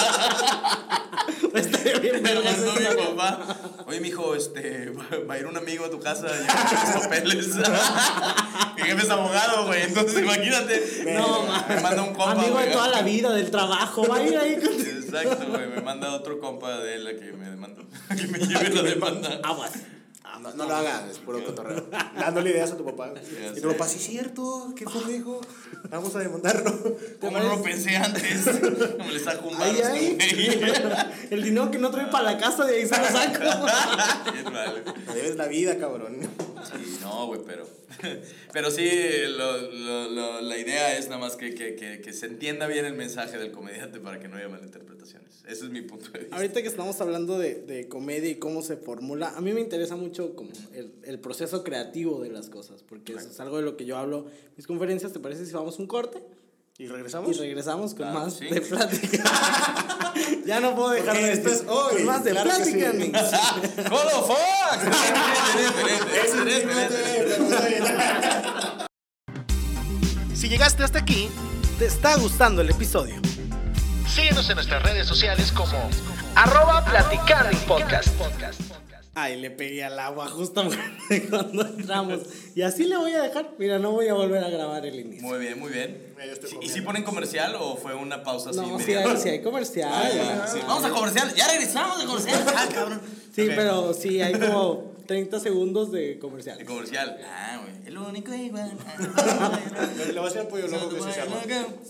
Estaría bien,
Me
verga,
mandó
ese-
mi papá. Oye, mijo, este, va va a ir un amigo a tu casa y a tus papeles. [LAUGHS] mi jefe es abogado, güey, entonces imagínate.
No,
me manda un compa.
Amigo de
güey.
toda la vida, del trabajo. Va a ir ahí con...
Exacto, güey. Me manda otro compa de él a que me demanda. [LAUGHS] que me lleve la demanda.
Aguas.
No, no lo hagas, es puro cotorreo. Dándole ideas a tu papá.
Ya
Y
sé.
tu papá, sí, es cierto, qué pendejo. Vamos a
[LAUGHS]
demandarlo.
Como no lo pensé antes. [LAUGHS] No me le saco un barro
Ahí,
a este güey.
[LAUGHS]
[LAUGHS]
El dinero que no trae para la casa, de ahí se lo saco.
[LAUGHS] Sí, vale.
Me debes la vida, cabrón.
Sí, no, güey, pero. Pero sí, lo- lo- lo- la idea es nada más que, que, que, que se entienda bien el mensaje del comediante para que no haya malinterpretaciones. Ese es mi punto de vista.
Ahorita que estamos hablando de, de comedia y cómo se formula, a mí me interesa mucho como el, el proceso creativo de las cosas, porque eso es algo de lo que yo hablo. Mis conferencias, ¿te parece si vamos a un corte?
¿Y
Y
regresamos?
regresamos con
Ah,
más
sí.
de plática. [LAUGHS] ya no puedo dejar
Porque
de
esto
decir,
es hoy,
con más de
claro que
plática.
sí.
amigos.
[LAUGHS]
¡Colo Fox!
Si llegaste hasta aquí, te está gustando el episodio. Síguenos en nuestras redes sociales como arroba platicar podcast.
Ay, le pegué al agua justo [LAUGHS] cuando entramos. Y así le voy a dejar. Mira, no voy a volver a grabar el inicio.
Muy bien, muy bien.
Mira, yo estoy
Sí, ¿Y
comiendo.
si ponen comercial o fue una pausa así?
No, si
media?
hay, sí hay comercial.
Ah, ya,
¿no?
sí. Vamos a comercial. Ya regresamos de comercial. Ah, cabrón.
Sí,
Ok.
pero sí hay como 30 segundos de comercial.
De comercial. Ah, güey. El único igual.
Le voy a hacer el pollo loco que se llama.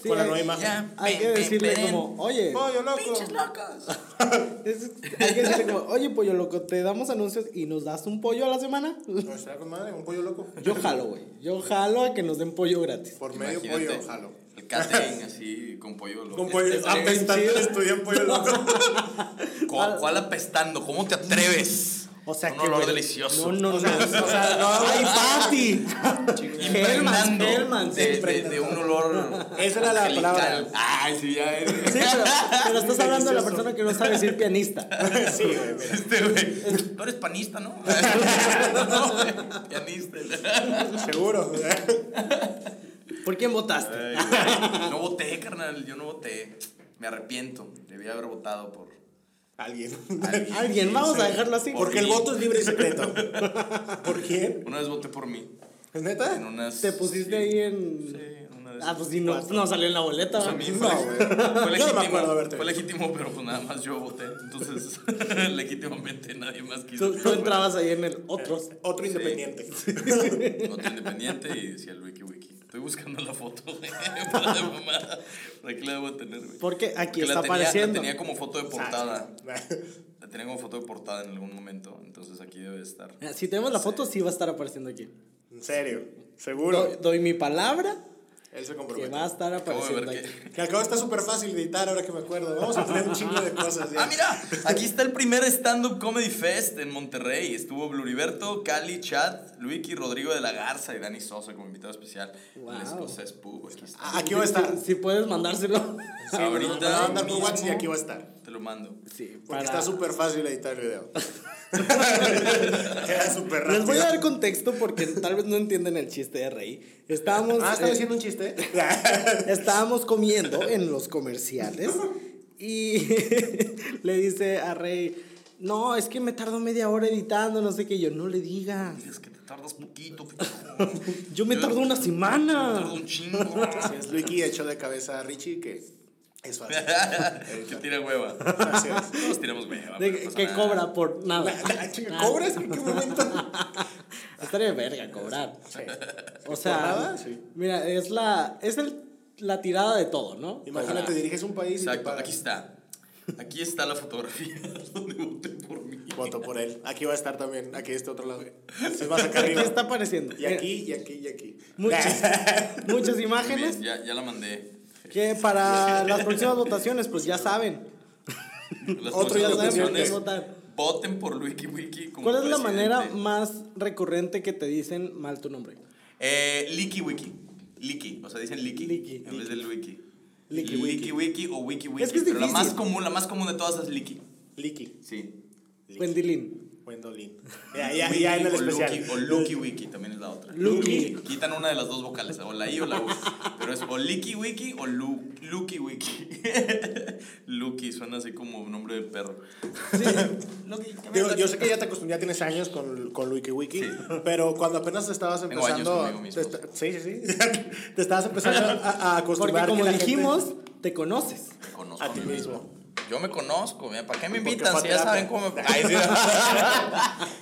Sí,
Con la
hay-
nueva imagen.
Hay que decirle como, oye,
Pollo loco.
es- hay que decirle como, oye, pollo loco, te damos anuncios y nos das un pollo a la semana.
No, estará con madre, un pollo loco.
Yo jalo, güey. Yo jalo a que nos den pollo gratis.
Por medio
Imagínate,
pollo, jalo.
El catering así con pollo loco.
Con pollo,
Este,
apestando
chido.
el estudio en pollo loco.
[LAUGHS] ¿cu- ¿Cuál apestando? ¿Cómo te atreves?
O sea
Un
que,
olor
güey,
delicioso.
No, no, no. O sea, no. ¡Ay, Pati! Germans,
Impregnando
Germans.
de, de, de un olor.
Esa era la
angelical.
palabra.
Ay, sí, ya es.
Sí, pero, pero estás hablando de la persona que no sabe decir pianista.
Sí, güey. mira.
Este, güey. Tú eres panista, ¿no? [LAUGHS]
[LAUGHS]
no, güey, pianista.
Seguro.
¿Por quién votaste?
Ay, güey, no voté, carnal. Yo no voté. Me arrepiento. Debía haber votado por.
Alguien.
Alguien, vamos a dejarlo así.
Por
Porque el
mí.
voto es libre y secreto. ¿Por quién?
Una vez voté por mí.
¿Es neta?
En unas-
Te pusiste
sí,
ahí en.
sí, en una de
ah,
esas
pues si no,
cuatro.
no salió en la boleta.
Pues a
¿va?
mí
No,
fue, fue
Yo no me
legítimo,
acuerdo haberte
fue
visto.
legítimo, pero pues nada más yo voté. Entonces, [LAUGHS] legítimamente nadie más quiso.
tú, tú entrabas ahí en el otros.
Otro
[LAUGHS]
independiente.
Voté independiente y decía el wiki wiki. Estoy buscando la foto güey, [LAUGHS] para la mamada. ¿Por aquí la debo de tener, güey?
Porque aquí
Porque
está
la tenía,
apareciendo. Ah,
La tenía como foto de portada. La tenía como foto de portada en algún momento. Entonces aquí debe de estar.
Mira, Si tenemos la foto, Ah, sí va a estar apareciendo aquí.
En serio.
Doy,
Seguro.
doy mi palabra
Él se
que
comprometió.
va a estar
Acabo de
apareciendo
ver
aquí.
que.
Que al cabo está súper fácil editar ahora que me acuerdo. Vamos a poner un chingo de cosas ya.
Ah, mira, aquí está el primer stand-up comedy fest en Monterrey. Estuvo Bluriberto, Cali, Chad, Luiki, Rodrigo de la Garza y Dani Sosa como invitado especial.
Wow.
El escocés Pub, [LAUGHS] aquí está.
Ah, Aquí va a estar.
Si puedes mandárselo.
Ahorita
Me lo van a mandar por
mismo
WhatsApp y aquí va a estar.
Te lo mando.
[LAUGHS] Sí,
Porque
para-
está súper fácil editar el
[LAUGHS]
video. Queda súper rápido.
Les voy a dar contexto porque tal vez no entienden el chiste de Rey. Estábamos,
Ah, ¿están
eh,
haciendo un chiste?
[LAUGHS] estábamos comiendo en los comerciales y [LAUGHS] le dice a Rey, no, es que me tardó media hora editando, no sé qué, Y yo no le diga.
Dices que te tardas poquito,
Yo me tardo una
Me
semana.
tardo un chingo.
[LAUGHS] Así es, Luigi echó de cabeza a Richie que es fácil.
[LAUGHS] que tira hueva.
Así es.
Todos tiramos hueva.
De
pero
que,
no pasa
que
nada.
cobra por nada.
[LAUGHS] Ah, chinga, ¿Cobras? ¿En qué momento?
[LAUGHS] Estaría de verga cobrar. O sea,
nada? Sí.
mira, es la es el, la tirada de todo, ¿no?
Imagínate,
Cobrar.
diriges un país y te
Exacto,
pagan.
aquí está. Aquí está la fotografía [LAUGHS] donde voté por mí.
Voto por él. Aquí va a estar también. Aquí este otro lado. Es más acá
Aquí
arriba.
está apareciendo.
Y aquí, y aquí, y aquí. [LAUGHS]
Muchas, muchas
Muy
imágenes
bien, ya, ya la mandé.
que para las próximas votaciones, pues ya saben. Pues,
Las
Otro ya
próximas
sabe por qué
opciones,
votar.
Voten por Wiki Wiki. como
¿Cuál es la
presidente.
manera más recurrente que te dicen mal tu nombre?
Eh, Liki Wiki. Liki, o sea, dicen Liki.
Liki,
En vez del Wiki.
Liki Wiki.
Wiki Wiki o Wiki Wiki.
Es que es
pero la
difícil.
más común, la más común de todas es Liki.
Liki.
Sí.
Wendy Lin.
[LAUGHS]
Wendolin. Ya, ya, ya en el
o
especial.
Luki, o Luki Wiki también es la otra.
Luki.
Luki. Quitan una de las dos vocales, o la I o la U. Pero es o Liki Wiki o Lu, Luki Wiki. [LAUGHS] Luki suena así como un nombre de perro. [LAUGHS]
Digo, yo sé que ya te acostum- ya tienes años con, con Wiki Wiki,
Sí.
pero cuando apenas estabas
Tengo años
empezando.
conmigo mismo.
te esta- sí, sí, sí. [LAUGHS] te estabas empezando a, a
Porque
acostumbrar. que
como
la gente-
dijimos, te conoces.
Me conozco
a ti
mí
mismo.
Yo me conozco, mira, ¿para qué me
Porque
invitan
fue a
si ya
terapia.
saben cómo me... Ay, sí.
[LAUGHS]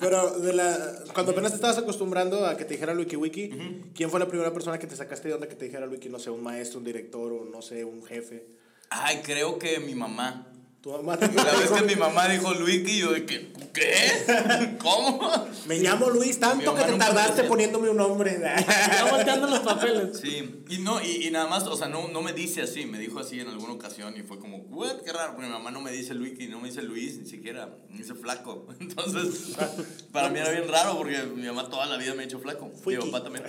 Pero de la, cuando apenas te estabas acostumbrando a que te dijera Wiki Wiki, ¿quién fue la primera persona que te sacaste de onda que te dijera Wiki? No sé, un maestro, un director o no sé, un jefe.
Ay, creo que mi mamá.
Tu mamá te
La vez que mi mamá dijo Luiki, yo de que, ¿qué? [LAUGHS] ¿Cómo?
Me llamo Luis,
Mi
tanto
mamá
que te
nunca me
tardaste
decía.
poniéndome un nombre.
Ya volteando los papeles.
Sí, y no, y, y nada más, o sea, no, no me dice así, me dijo así en alguna ocasión y fue como, what, qué raro, porque mi mamá no me dice Luiki, no me dice Luis, ni siquiera, me dice flaco. [LAUGHS] Entonces, para mí era bien raro porque mi mamá toda la vida me ha hecho flaco. Mi
Fuiki.
papá también.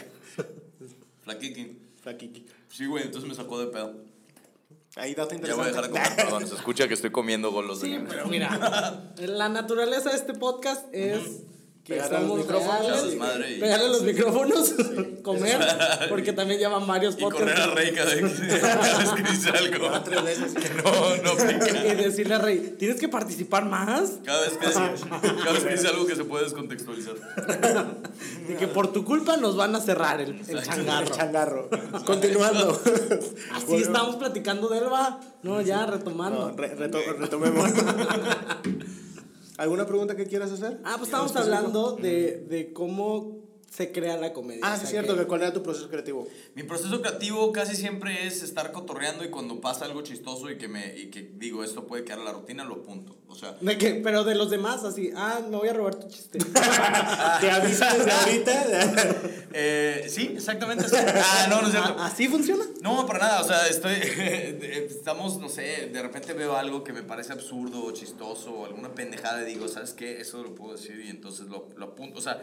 [LAUGHS] Flaquiqui.
Flaquiki.
Sí, güey, entonces me sacó de pedo.
Ahí dato
Ya voy
interesante.
a dejar de comer, perdón, se escucha que estoy comiendo
Sí,
golosinas.
pero mira, la naturaleza de este podcast es que
Pegarle a los
estamos
micrófonos,
reales,
a desmadre y-
pegarle a los micrófonos, [LAUGHS] comer, porque también llevan varios
Y correr
podcasts.
a Rey cada vez que [LAUGHS] cada vez que dice algo.
Tres veces.
Que no, no
[LAUGHS]
pica.
Y decirle a Rey, ¿tienes que participar más?
Cada vez que dice, cada vez que dice algo que se puede descontextualizar.
Y que por tu culpa nos van a cerrar el, el changarro.
[LAUGHS] Changarro. [LAUGHS] Continuando.
Así estamos platicando de Elba. No, ya retomando.
No, re- reto- retomemos. ¿Alguna pregunta que quieras hacer?
Ah, pues estábamos hablando de, de cómo se crea la comedia.
Ah,
O
sí,
sea
es cierto,
que-
que cuál era tu proceso creativo.
Mi proceso creativo casi siempre es estar cotorreando y cuando pasa algo chistoso y que me y que digo esto puede quedar en la rutina, lo apunto. O sea,
de que- pero de los demás, así, ah, me voy a robar tu chiste.
Te aviso desde
[LAUGHS]
ahorita.
eh, sí, exactamente. sí. Ah, no, no es cierto.
Ah, ¿Así funciona?
No, para nada, o sea, estoy, [LAUGHS] estamos, no sé, de repente veo algo que me parece absurdo o chistoso o alguna pendejada y digo, ¿sabes qué? Eso lo puedo decir y entonces lo, lo apunto, o sea,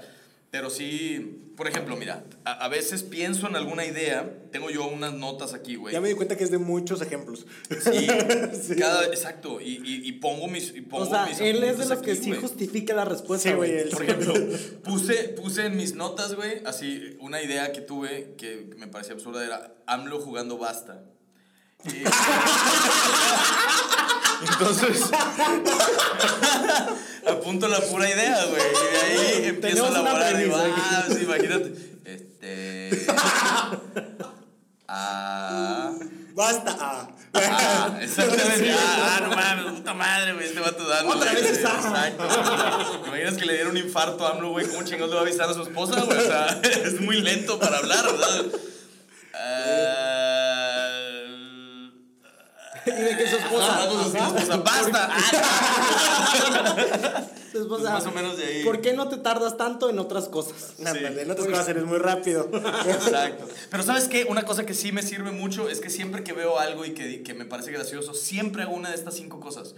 pero sí, por ejemplo, mira, a, a veces pienso en alguna idea, tengo yo unas notas aquí, güey.
Ya me di cuenta que es de muchos ejemplos.
Sí,
[LAUGHS]
Sí.
cada- exacto, y, y- y pongo mis... y pongo
O sea,
mis
él es de
apuntes
los que
aquí,
sí
güey.
justifica la respuesta.
Sí, güey,
güey.
él-
Por ejemplo, puse, puse en mis notas, güey, así una idea que tuve que me parecía absurda era AMLO jugando basta. Y- [LAUGHS] Entonces, [LAUGHS] apunto la pura idea, güey. Y de ahí empiezo a
Tenemos una
elaborar. Digo,
premisa aquí.
ah, sí, imagínate. Este. [LAUGHS] Ah.
Basta. ah.
Ah,
[LAUGHS]
exactamente. Ah, ah, no mames, puta madre, güey. Este vato dando.
Otra
güey.
vez está.
Exacto. ¿Te imaginas que le dieron un infarto a AMLO, güey? ¿Cómo chingados le va a avisar a su esposa, güey? O sea, [LAUGHS] es muy lento para hablar, ¿verdad? Ah,
Y de que su esposa.
vamos a- o sea, basta.
[LAUGHS]
su esposa,
Pues más o menos de ahí.
¿Por qué no te tardas tanto en otras cosas?
Ándale, no te vas a hacer, es muy rápido.
Exacto. [LAUGHS] Pero ¿sabes qué? Una cosa que sí me sirve mucho es que siempre que veo algo y que, que me parece gracioso, siempre hago una de estas cinco cosas.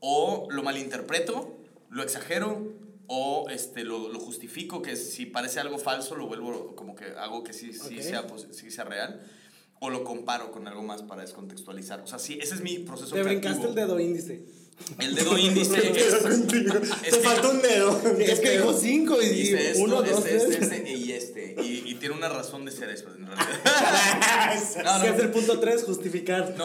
O lo malinterpreto, lo exagero, o este, lo, lo justifico, que si parece algo falso, lo vuelvo como que hago que sí, sí,
Ok.
sea, pues, sí sea real. O lo comparo con algo más para descontextualizar. O sea, sí, ese es mi proceso
Te brincaste
creativo.
el dedo índice.
El dedo
[LAUGHS]
índice es...
Te
[LAUGHS] que-
faltó un dedo.
Es que dijo cinco y
Hice esto,
uno, dos,
este,
tres.
este, [LAUGHS] este y este. Y, y tiene una razón de ser eso, en realidad.
[LAUGHS]
[LAUGHS] No,
¿Qué es el
no.
punto tres? Justificar. [LAUGHS]
No.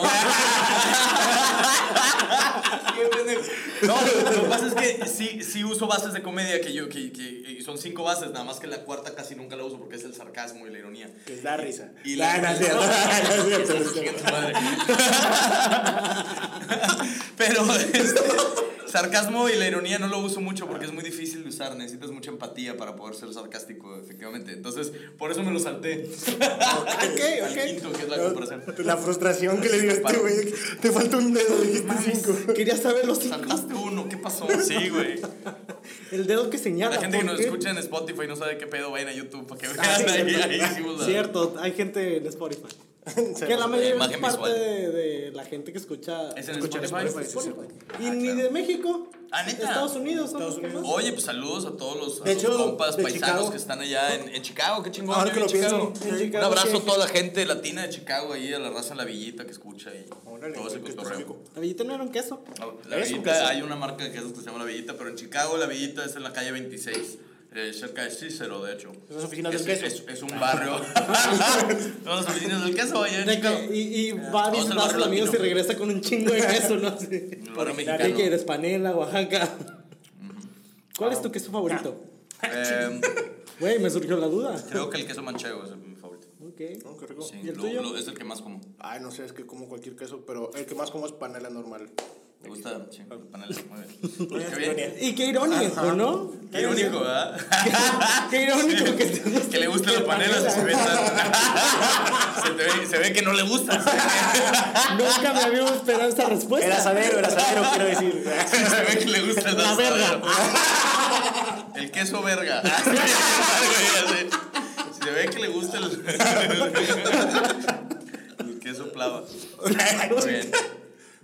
Qué pendejo. No, lo que pasa es que sí, sí uso bases de comedia que yo, que, que y son cinco bases, nada más que la cuarta casi nunca la uso porque es el sarcasmo y la ironía.
Que es la risa.
Y
Nah, no es
[LAUGHS]
cierto, no es cierto, no es cierto.
Madre. [LAUGHS] Pero este, sarcasmo y la ironía no lo uso mucho porque es muy difícil de usar. Necesitas mucha empatía para poder ser sarcástico, efectivamente. Entonces, por eso me
[LAUGHS]
lo salté.
Ok,
Al
ok.
quinto, que es la comparación.
La frustración que le dio a este güey. Te falta un dedo, dijiste cinco.
Quería saber los cinco.
Saltaste uno, ¿qué pasó? Sí, güey.
El dedo que señala.
La gente que
¿por
nos
qué?
escucha en Spotify no sabe qué pedo, vayan a YouTube para que vean.
Ah, sí,
[LAUGHS] ahí,
cierto.
ahí hicimos la-
Cierto, hay gente en Spotify.
[LAUGHS]
que la mayor
imagen
parte
visual.
de, de la gente que escucha.
Es en
escucha
Spotify.
Y ni
claro.
de México.
Ah, ¿neta?
Estados Unidos. son
Estados
los que
Unidos.
más.
Oye, pues saludos a todos los, a
De
los
hecho,
compas
de
paisanos
Chicago.
que están allá en, en Chicago. Qué chingón.
Ahora
yo
que
vivo
lo
en Chicago.
pienso, en
Chicago,
Un
sí.
abrazo a toda la gente latina de Chicago ahí, a la raza en la villita que escucha y
Órale,
todo ese
güey, qué
cotorreo.
específico.
La villita no era un queso.
La
Eso,
villita,
eso.
hay una marca de quesos que se llama La Villita, pero en Chicago La Villita es en la calle 26. eh, cerca de Cícero, de hecho.
Esas oficinas
es,
del queso.
Es, es un barrio. Son las oficinas del queso allá en
De
Chicago.
que- y, y va a
Ah, Vamos al
visitar a
barrio
sus amigos y
latino.
regresa con un chingo de queso, ¿no?
[LAUGHS]
Sí.
El barrio
¿Qué
mexicano.
quieres? Panela, Oaxaca. ¿Cuál es tu queso favorito?
Em,
Güey, me surgió la duda.
creo que el queso manchego es mi favorito.
Ok.
No, qué rico.
Sí,
¿Y el
lo-
tuyo?
lo- es el que más como.
Ay, no sé, es que como cualquier queso, pero el que más como es panela normal.
Me gusta, sí, el panel se mueve. Qué bien.
Y qué irónico, ¿no?
Qué irónico, ¿verdad?
Qué irónico que te guste.
Que le gusten las panelas. Se ve, tan- [LAUGHS] se, te ve, se ve que no le gusta.
Nunca me había esperado esta respuesta.
El asadero, el asadero, quiero decir.
Se, ve que le gusta el
La verga.
asadero. [LAUGHS] El queso verga. Se ve que le gusta el. [LAUGHS] El queso plava.
[LAUGHS]
Muy bien.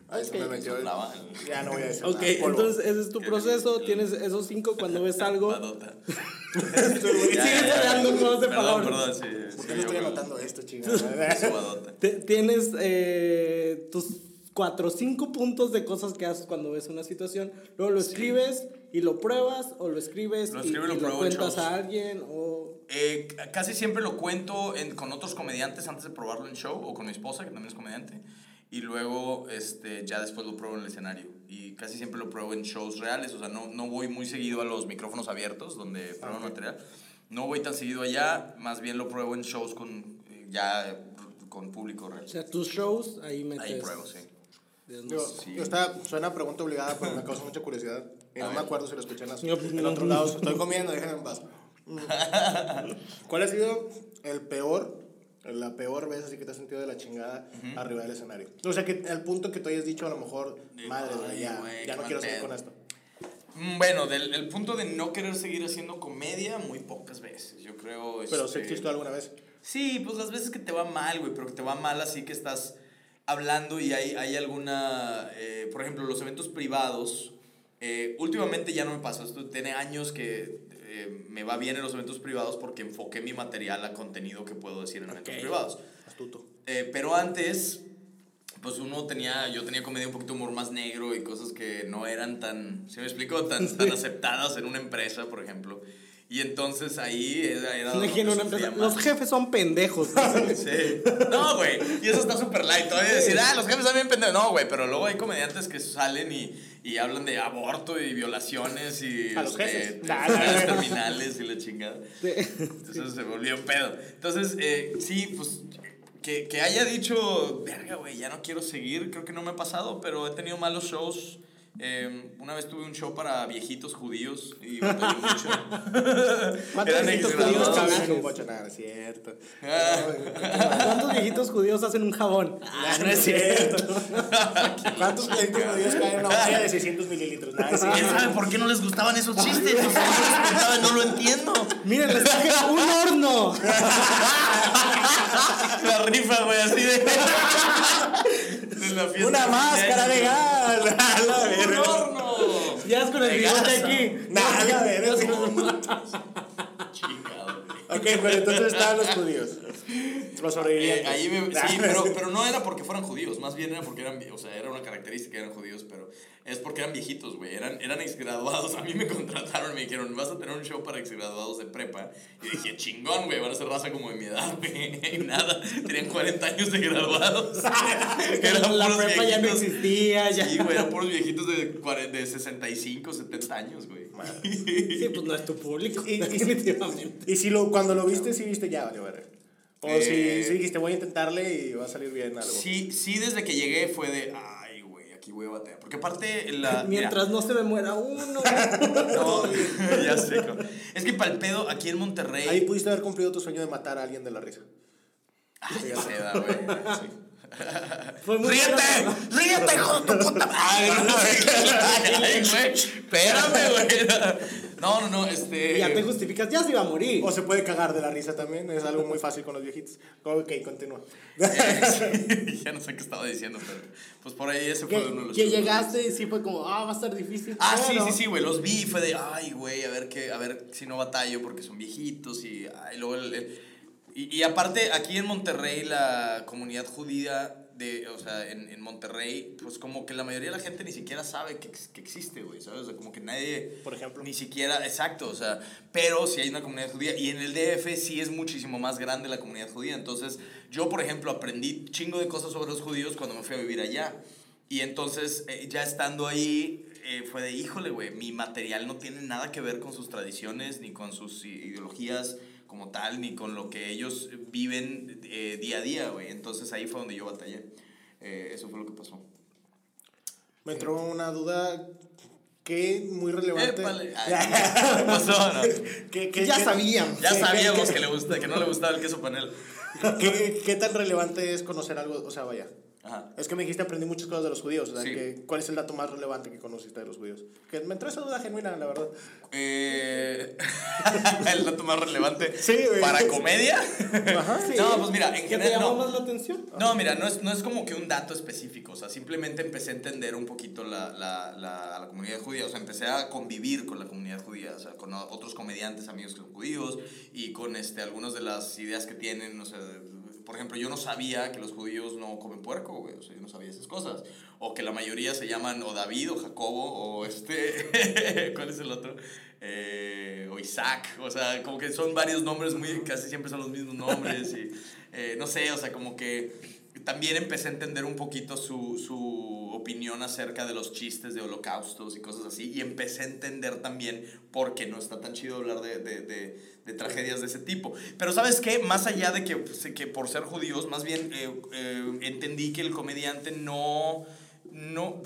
Ay, se me metió
Queso
el-
plava.
Ya no voy a decir.
Ok,
nada, polvo.
entonces ese es tu proceso. Tienes esos cinco cuando [LAUGHS] ves algo.
Badota.
Sigues creando juegos de
Perdón,
palabras.
perdón, sí.
¿Por
sí,
qué no
yo
estoy
creo-
anotando esto, chingada?
[LAUGHS]
Queso badota.
Te- Tienes eh, tus cuatro o cinco puntos de cosas que haces cuando ves una situación. Luego lo escribes y lo pruebas, o lo escribes
Lo
y,
escribo y lo
y lo
pruebo,
cuentas
chavos.
a alguien, o.
Eh, c- casi siempre lo cuento en- con otros comediantes antes de probarlo en show o con mi esposa, que también es comediante. Y luego este, ya después lo pruebo en el escenario. Y casi siempre lo pruebo en shows reales. O sea, no, no voy muy seguido a los micrófonos abiertos donde pruebo material. No voy tan seguido allá. Más bien lo pruebo en shows con, eh, ya eh, con público real.
O sea, tus shows, ahí metes.
Ahí pruebo, sí.
Dios mío.
Yo,
Sí.
yo estaba, suena pregunta obligada, pero me causa mucha curiosidad. Y
A
no me
ver.
acuerdo si lo escuché en, las-
Yo-
en otro lado. Estoy comiendo, déjenme en paz. Mm. ¿Cuál ha sido el peor, la peor vez así que te has sentido de la chingada arriba del escenario? O sea, que al punto que tú hayas dicho, a lo mejor,
Digo,
madre, güey,
ay,
ya,
güey,
ya
qué
no
mal
quiero seguir
pedo.
con esto.
Mm, Bueno, del el punto de no querer seguir haciendo comedia, muy pocas veces. Yo creo.
Pero si
este,
existió alguna
[LAUGHS]
vez.
Sí, pues las veces que te va mal, güey, pero que te va mal así que estás hablando y hay, hay alguna, eh, por ejemplo, los eventos privados, eh, últimamente ya no me pasa, esto tiene años que eh, me va bien en los eventos privados porque enfoqué mi material a contenido que puedo decir en eventos privados.
Astuto.
Eh, pero antes, pues uno tenía, yo tenía comedia un poquito humor más negro
[LAUGHS]
y cosas que no eran tan, ¿se me explico? Tan, tan aceptadas en una empresa, por ejemplo. Y entonces ahí era, era
Le dije en
donde
una
sufría
empresa,
más.
los jefes son [LAUGHS] pendejos.
Sí. No, güey. Y eso está súper light. Todavía decir, ah, los jefes están bien pendejos. No, güey, pero luego hay comediantes que salen y, y hablan de aborto y violaciones y.
A los
este, [LAUGHS]
jefes.
enfermedades terminales y la chingada.
Sí.
Entonces se volvió un pedo. Entonces, eh, sí, pues. Que, que haya dicho, verga, güey, ya no quiero seguir, creo que no me ha pasado, pero he tenido malos shows. Eh, una vez tuve un show para viejitos judíos y batallé mucho.
¿Cuántos
Eran
viejitos judíos
exgraduados.
No,
cabrones.
no, no, no, cierto.
¿Cuántos viejitos judíos hacen un jabón?
Ah, no es cierto. [LAUGHS] ¿Cuántos clientes judíos caen en una botella de 600 mililitros? Nada,
[LAUGHS]
es
¿Quién
cierto.
sabe por qué no les gustaban esos chistes? O sea, no les gustaban, no lo entiendo.
Miren, les traje un horno.
[LAUGHS] La rifa, güey, así de. [LAUGHS] de la fiesta.
Una máscara de
[LAUGHS]
gas. [LAUGHS] A la
¡Un
verga.
horno!
Ya es con el
De
bigote
gasa.
aquí.
Nah, a la verga.
Chingado, güey.
Ok, pero entonces estaban los judíos. Los
Eh,
sobrevivientes.
ahí me-
[LAUGHS]
Ah,
sí, pero, pero no era porque fueran judíos, más bien era porque eran, vie- o sea, era una característica, eran judíos, pero es porque eran viejitos, güey, eran, eran exgraduados, a mí me contrataron, me dijeron, vas a tener un show para exgraduados de prepa, y dije, chingón, güey, van a ser raza como de mi edad, güey, [LAUGHS] y nada, tenían 40 años
[LAUGHS]
de graduados, eran
la
puros
prepa ya no
viejitos.
existía. Ya.
Sí, güey, eran puros viejitos de, cuare- de 65, 70 años, güey.
Sí, pues no es tu público,
Y- y-
definitivamente.
[LAUGHS] Y si lo, cuando lo viste, sí viste ya, vale, vale. O
Eh.
si, si dijiste, voy a intentarle y va a salir bien algo.
[LAUGHS] Sí, sí, desde que llegué fue de, ay, güey, aquí voy a batear, porque aparte la... mira,
[LAUGHS] Mientras no se me muera
[LAUGHS]
uno. güey.
No, [LAUGHS] ya sé. cabrón. Es que para el pedo, aquí en Monterrey.
Ahí pudiste haber cumplido tu sueño de matar a alguien de la risa.
Ah, ya sé, da, güey. Sí.
Fue muy
¡Ríete!
bueno.
¡Ríete, hijo de tu puta [LAUGHS] madre! Ay, güey. Espérame, güey. No, no, no, este. [LAUGHS]
Ya te justificas, ya se iba a morir.
O se puede cagar de la risa también, es algo muy fácil con los viejitos. Ok, continúa. [LAUGHS]
Eh, sí, ya no sé qué estaba diciendo, pero. Pues por ahí ese fue uno de
que,
los.
que
shows.
llegaste y sí fue como, ah, va a estar difícil.
Ah, sí,
pero-
sí, sí, güey, los vi y fue de, ay, güey, a ver qué, a ver si no batallo porque son viejitos y, ay, luego el- el- y, y aparte, aquí en Monterrey, la comunidad judía de, o sea, en, en Monterrey, pues como que la mayoría de la gente ni siquiera sabe que, ex- que existe, güey, ¿sabes? O sea, como que nadie...
Por ejemplo.
Ni siquiera, exacto, o sea, pero si hay una comunidad judía y en el DF sí es muchísimo más grande la comunidad judía, entonces yo, por ejemplo, aprendí chingo de cosas sobre los judíos cuando me fui a vivir allá. Y entonces, eh, ya estando ahí, eh, fue de, híjole, güey, mi material no tiene nada que ver con sus tradiciones, ni con sus i- ideologías como tal, ni con lo que ellos viven eh, día a día, güey. Entonces ahí fue donde yo batallé. Eh, eso fue lo que pasó.
Me entró una duda que muy relevante. [LAUGHS]
Épale. Eh, Ay, ¿Qué pasó? no?
¿Qué- qué-
Ya
qué-
sabíamos.
Ya
qué- qué-
sabíamos
qué-
que, le gusta, que no le gustaba el queso panela.
[LAUGHS] qué- ¿Qué tan relevante es conocer algo? O sea, vaya.
Ajá.
Es que me dijiste aprendí muchas cosas de los judíos. O sea,
Sí.
que, ¿Cuál es el dato más relevante que conociste de los judíos? Que me entró esa duda genuina, la verdad.
Eh, [LAUGHS] el dato más relevante
Sí, güey.
para comedia. No, pues mira, en
¿Qué te
general.
llamó
no.
más la atención?
No, mira, no es, no es como que un dato específico, o sea, simplemente empecé a entender un poquito la, la, la, a la comunidad judía, o sea, empecé a convivir con la comunidad judía, o sea, con o- otros comediantes, amigos que son judíos, y con este, algunas de las ideas que tienen, o sea, por ejemplo, yo no sabía que los judíos no comen puerco, güey, o sea, yo no sabía esas cosas, o que la mayoría se llaman o David o Jacobo, o este, [LAUGHS] ¿cuál es el otro? Eh, o Isaac, o sea, como que son varios nombres, muy, casi siempre son los mismos nombres, y eh, no sé, o sea, como que también empecé a entender un poquito su, su opinión acerca de los chistes de holocaustos y cosas así, y empecé a entender también por qué no está tan chido hablar de, de- de- de tragedias de ese tipo. Pero sabes qué, más allá de que, pues, que por ser judíos, más bien eh, eh, entendí que el comediante no... no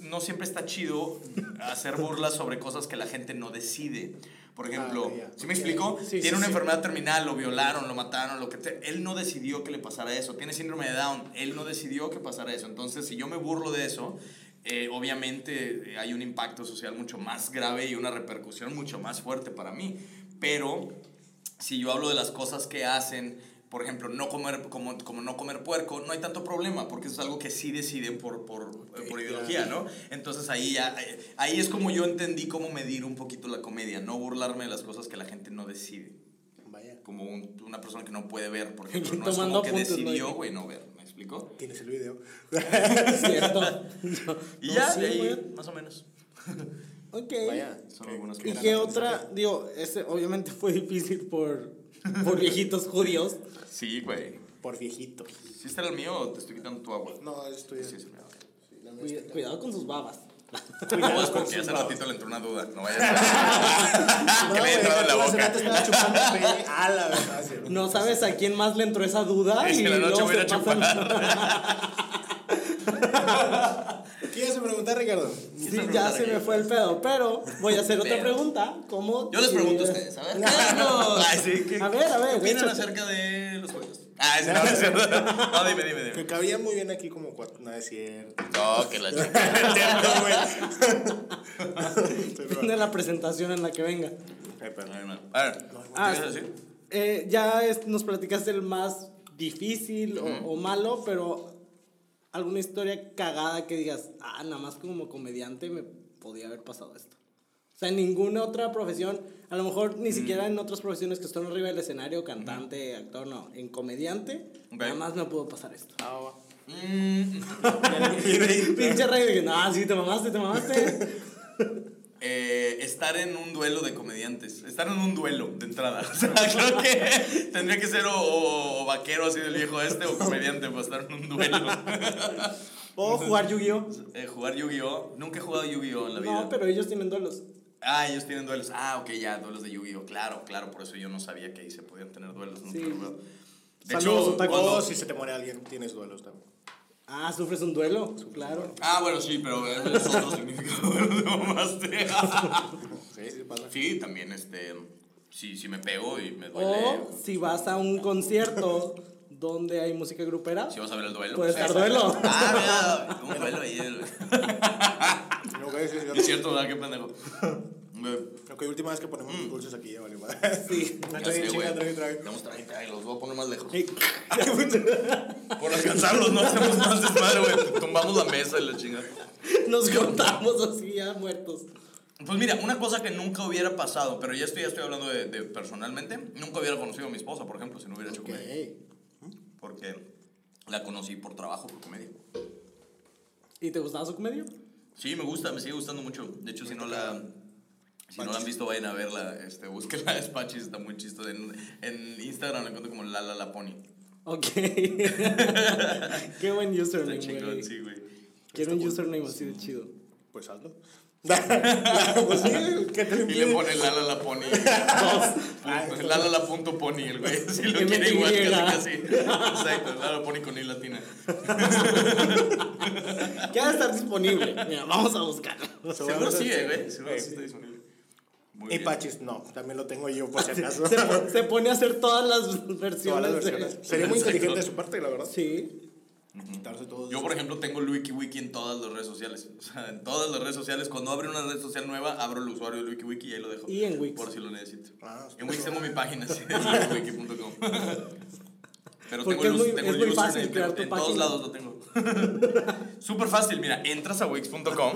no siempre está chido hacer burlas sobre cosas que la gente no decide. Por ejemplo,
Ah, ya.
¿sí me explico?
Sí,
Tiene
sí,
una
sí.
enfermedad terminal, lo violaron, lo mataron, lo que sea. Él no decidió que le pasara eso. Tiene síndrome de Down, él no decidió que pasara eso. Entonces, si yo me burlo de eso, eh, obviamente eh, hay un impacto social mucho más grave y una repercusión mucho más fuerte para mí. Pero si yo hablo de las cosas que hacen, por ejemplo, no comer, como, como no comer puerco, no hay tanto problema, porque eso es algo que sí deciden por, por, eh, por ideología, ¿no? Entonces ahí, ya- ahí- ahí es como yo entendí cómo medir un poquito la comedia, no burlarme de las cosas que la gente no decide.
Vaya.
Como un- una persona que no puede ver,
[LAUGHS]
por ejemplo, no es
Tomando
como que
apuntes, ¿no?
decidió, güey, no ver, ¿me explico?
Tienes el video.
Es [LAUGHS] cierto.
Y
No,
ya,
sí,
de ahí,
güey.
más o menos.
Ok.
Vaya.
Son algunas
¿Y
cosas.
qué otra? Digo, ese obviamente fue difícil por, por viejitos judíos.
Sí, güey.
Por viejito.
Si este era el mío, o te estoy quitando tu agua.
No, estoy.
Sí, es el mío.
Cuida- Cuidado con sus babas.
No, es porque hace Pues, ratito le entró una duda.
[LAUGHS]
No vayas a... que le he entrado en la boca. [LAUGHS]
estaba chupando pene. A la verdad, sí, güey.
No sabes a quién más le entró esa duda.
Es
y
que la noche
luego
voy a ir
se
a
pasan-
[LAUGHS]
¿Quieres preguntar, Ricardo?
Sí, ya se me fue el pedo, pero voy a hacer otra
Pero.
pregunta. ¿Cómo?
Yo les
te-
pregunto a ustedes, [LAUGHS] a ver.
Claro.
Ay, sí, ¿qué-
A ver, a ver,
¿Qué opinan
échate.
acerca de los juegos? Ah,
[LAUGHS]
ese no, no es cierto. No, dime, dime,
Me
dime.
cabía muy bien aquí como cuatro. No, es
[LAUGHS]
cierto.
No, que
[LAUGHS]
la chica.
de
Estoy probando.
la presentación en la que venga.
Ay, perdón.
A ver, ¿qué
Ah,
ibas a
[LAUGHS]
decir?
eh, ya es- nos platicaste el más difícil o- o, malo, pero alguna historia cagada que digas, ah, nada más como comediante me podía haber pasado esto. O sea, en ninguna otra profesión, a lo mejor
Mm.
ni siquiera en otras profesiones que están arriba del escenario, cantante, actor, no, en comediante,
Ok. Ah.
nada más me pudo pasar esto.
Mm,
[LAUGHS]
[LAUGHS]
Pinche rey de que, no, sí, te mamaste, te
[LAUGHS]
mamaste.
eh, estar en un duelo de comediantes. Estar en un duelo de entrada. [LAUGHS] O sea, creo que tendría que ser o, o- o vaquero así del viejo este o comediante para estar en un duelo.
o jugar Yu-Gi-Oh.
Eh, jugar Yu-Gi-Oh! Nunca he jugado Yu-Gi-Oh! en la vida.
No, pero ellos tienen duelos.
Ah, ellos tienen duelos. Ah, ok, ya, duelos de Yu-Gi-Oh! Claro, claro, por eso yo no sabía que ahí se podían tener duelos. nunca
Sí.
lo veo. De
Saludos,
hecho,
otakus.
cuando-
O Oh, si se te muere alguien, tienes duelos también.
Ah, sufres un duelo, claro.
Ah, bueno, sí, pero es otro significado de los demás.
[LAUGHS] Sí, sí, pasa.
Sí, también, este, sí, sí me pego y me duele.
O si vas a un concierto donde hay música grupera,
Si vas a ver el duelo.
puede
pues,
estar duelo.
Ah, mira, un duelo
[LAUGHS]
ahí. el-
Ok, sí, sí,
Es cierto, ¿verdad? Qué pendejo.
[LAUGHS]
Eh,
Ok, última vez que ponemos los dulces aquí, ya vale,
[LAUGHS]
madre.
Sí.
No,
ya
trae,
sé,
chinga,
Mm. güey.
trae, trae.
Vamos, trae, trae, los voy a poner más lejos.
Eh,
Por alcanzarlos, no hacemos más desmadre, güey. Tumbamos la mesa y la chingada.
[LAUGHS] Nos contamos así ya muertos.
Pues mira, una cosa que nunca hubiera pasado, pero ya estoy, ya estoy hablando de, de personalmente, nunca hubiera conocido a mi esposa, por ejemplo, si no hubiera hecho comedia. Porque la conocí por trabajo, por comedia.
¿Y te gustaba su comedia?
Sí, me gusta, me sigue gustando mucho. De hecho, si no la, si no la han visto, vayan a verla, este, búsquenla, [LAUGHS] es Pachis, está muy chistosa. En, en Instagram la encuentro como La La La Pony.
Ok. Qué buen
Está
username,
chingón,
güey.
sí, güey.
Quiero un username así de chido.
Pues hazlo. pues sí, ¿qué te
Y le
impide?
pone La La La Pony. Dos. La La La punto Pony, el güey. Si lo quiere igual,
MTY.
casi, casi. Exacto, La La Pony con I latina.
Ya debe estar disponible. Mira, vamos a buscarlo.
Seguro
Seguro sí,
sí,
eh, güey. Seguro
Sí.
sí está disponible. Muy
Y
bien.
Pachis, no, también lo tengo yo,
[LAUGHS]
por si acaso.
Se, po- se pone a hacer todas las versiones.
Todas las
de-
versiones. Sería muy
Exacto.
inteligente de su parte, la verdad.
Sí.
Quitarse todos.
Yo, por ejemplo, tengo el WikiWiki en todas las redes sociales. O sea, en todas las redes sociales. Cuando abro una red social nueva, abro el usuario del WikiWiki y ahí lo dejo.
Y en Wix.
Por si lo necesito.
Ah, está
en Wix
bien.
tengo mi página,
[LAUGHS]
sí, es wiki.com. Pero
Porque
tengo
es
el, us-
muy-
tengo
es
el
muy
username,
fácil
tengo-
crear tu
En todos
página.
lados lo tengo. [LAUGHS] Súper fácil, mira, entras a wix.com,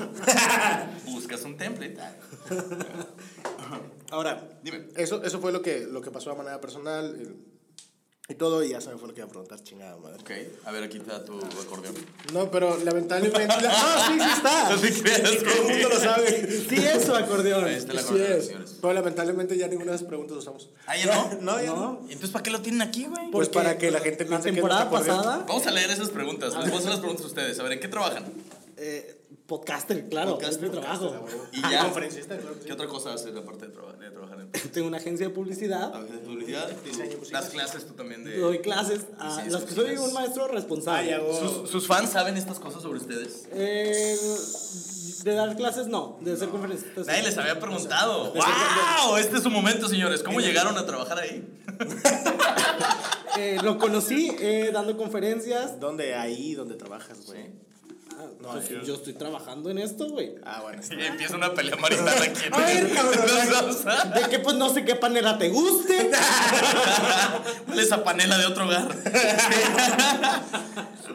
[LAUGHS] buscas un template.
Ahora,
Dime.
Eso, eso fue lo que, lo que pasó de manera personal eh, y todo, y ya se me fue lo que iba a preguntar, chingada madre.
Ok, a ver, aquí está tu acordeón.
No, pero [LAUGHS] lamentablemente. la- ¡Ah, sí, sí está!
[LAUGHS] No te creas,
Todo el mundo lo sabe.
Sí, es su acordeón.
Ahí está el
Sí
acordeón,
es.
señores.
Pero lamentablemente ya ninguna de esas preguntas usamos.
Ah, ¿ya no?
[LAUGHS] No, ya no.
¿Y entonces para qué lo tienen aquí, güey?
Pues
Porque
para que la gente
La
piense que
temporada
no está corriendo.
pasada,
Vamos a leer esas preguntas. Les voy a hacer las preguntas a ustedes. A ver, ¿en qué trabajan?
eh, podcaster, claro, es mi trabajo.
Y
Ah,
ya.
Conferencista, claro que sí.
¿Qué otra cosa haces aparte de, traba- de trabajar en
Tengo una agencia de
a
publicidad,
ver, de publicidad? tú-
Diseño musical.
las clases tú también de...
doy clases a
sí,
las
sí,
que
sí,
soy
sí.
un maestro
Ah, ya,
responsable.
güey.
¿Sus, sus fans saben estas cosas sobre ustedes?
Eh, de dar clases no, de ser conferencista. sí.
Nadie les había preguntado. ¡Wow! Este es su momento, señores. ¿Cómo llegaron a trabajar ahí?
Eh, lo conocí eh, dando conferencias.
¿Dónde? Ahí, donde trabajas, güey.
Ah,
No,
pues,
yo-
yo estoy trabajando en esto,
[LAUGHS]
güey.
Ah, bueno. está.
Y empieza una pelea marital aquí.
A ver, cabrón.
Los dos, ¿ah?
De que pues no sé qué panera te
[LAUGHS]
guste.
¿Cuál es esa panela de otro hogar?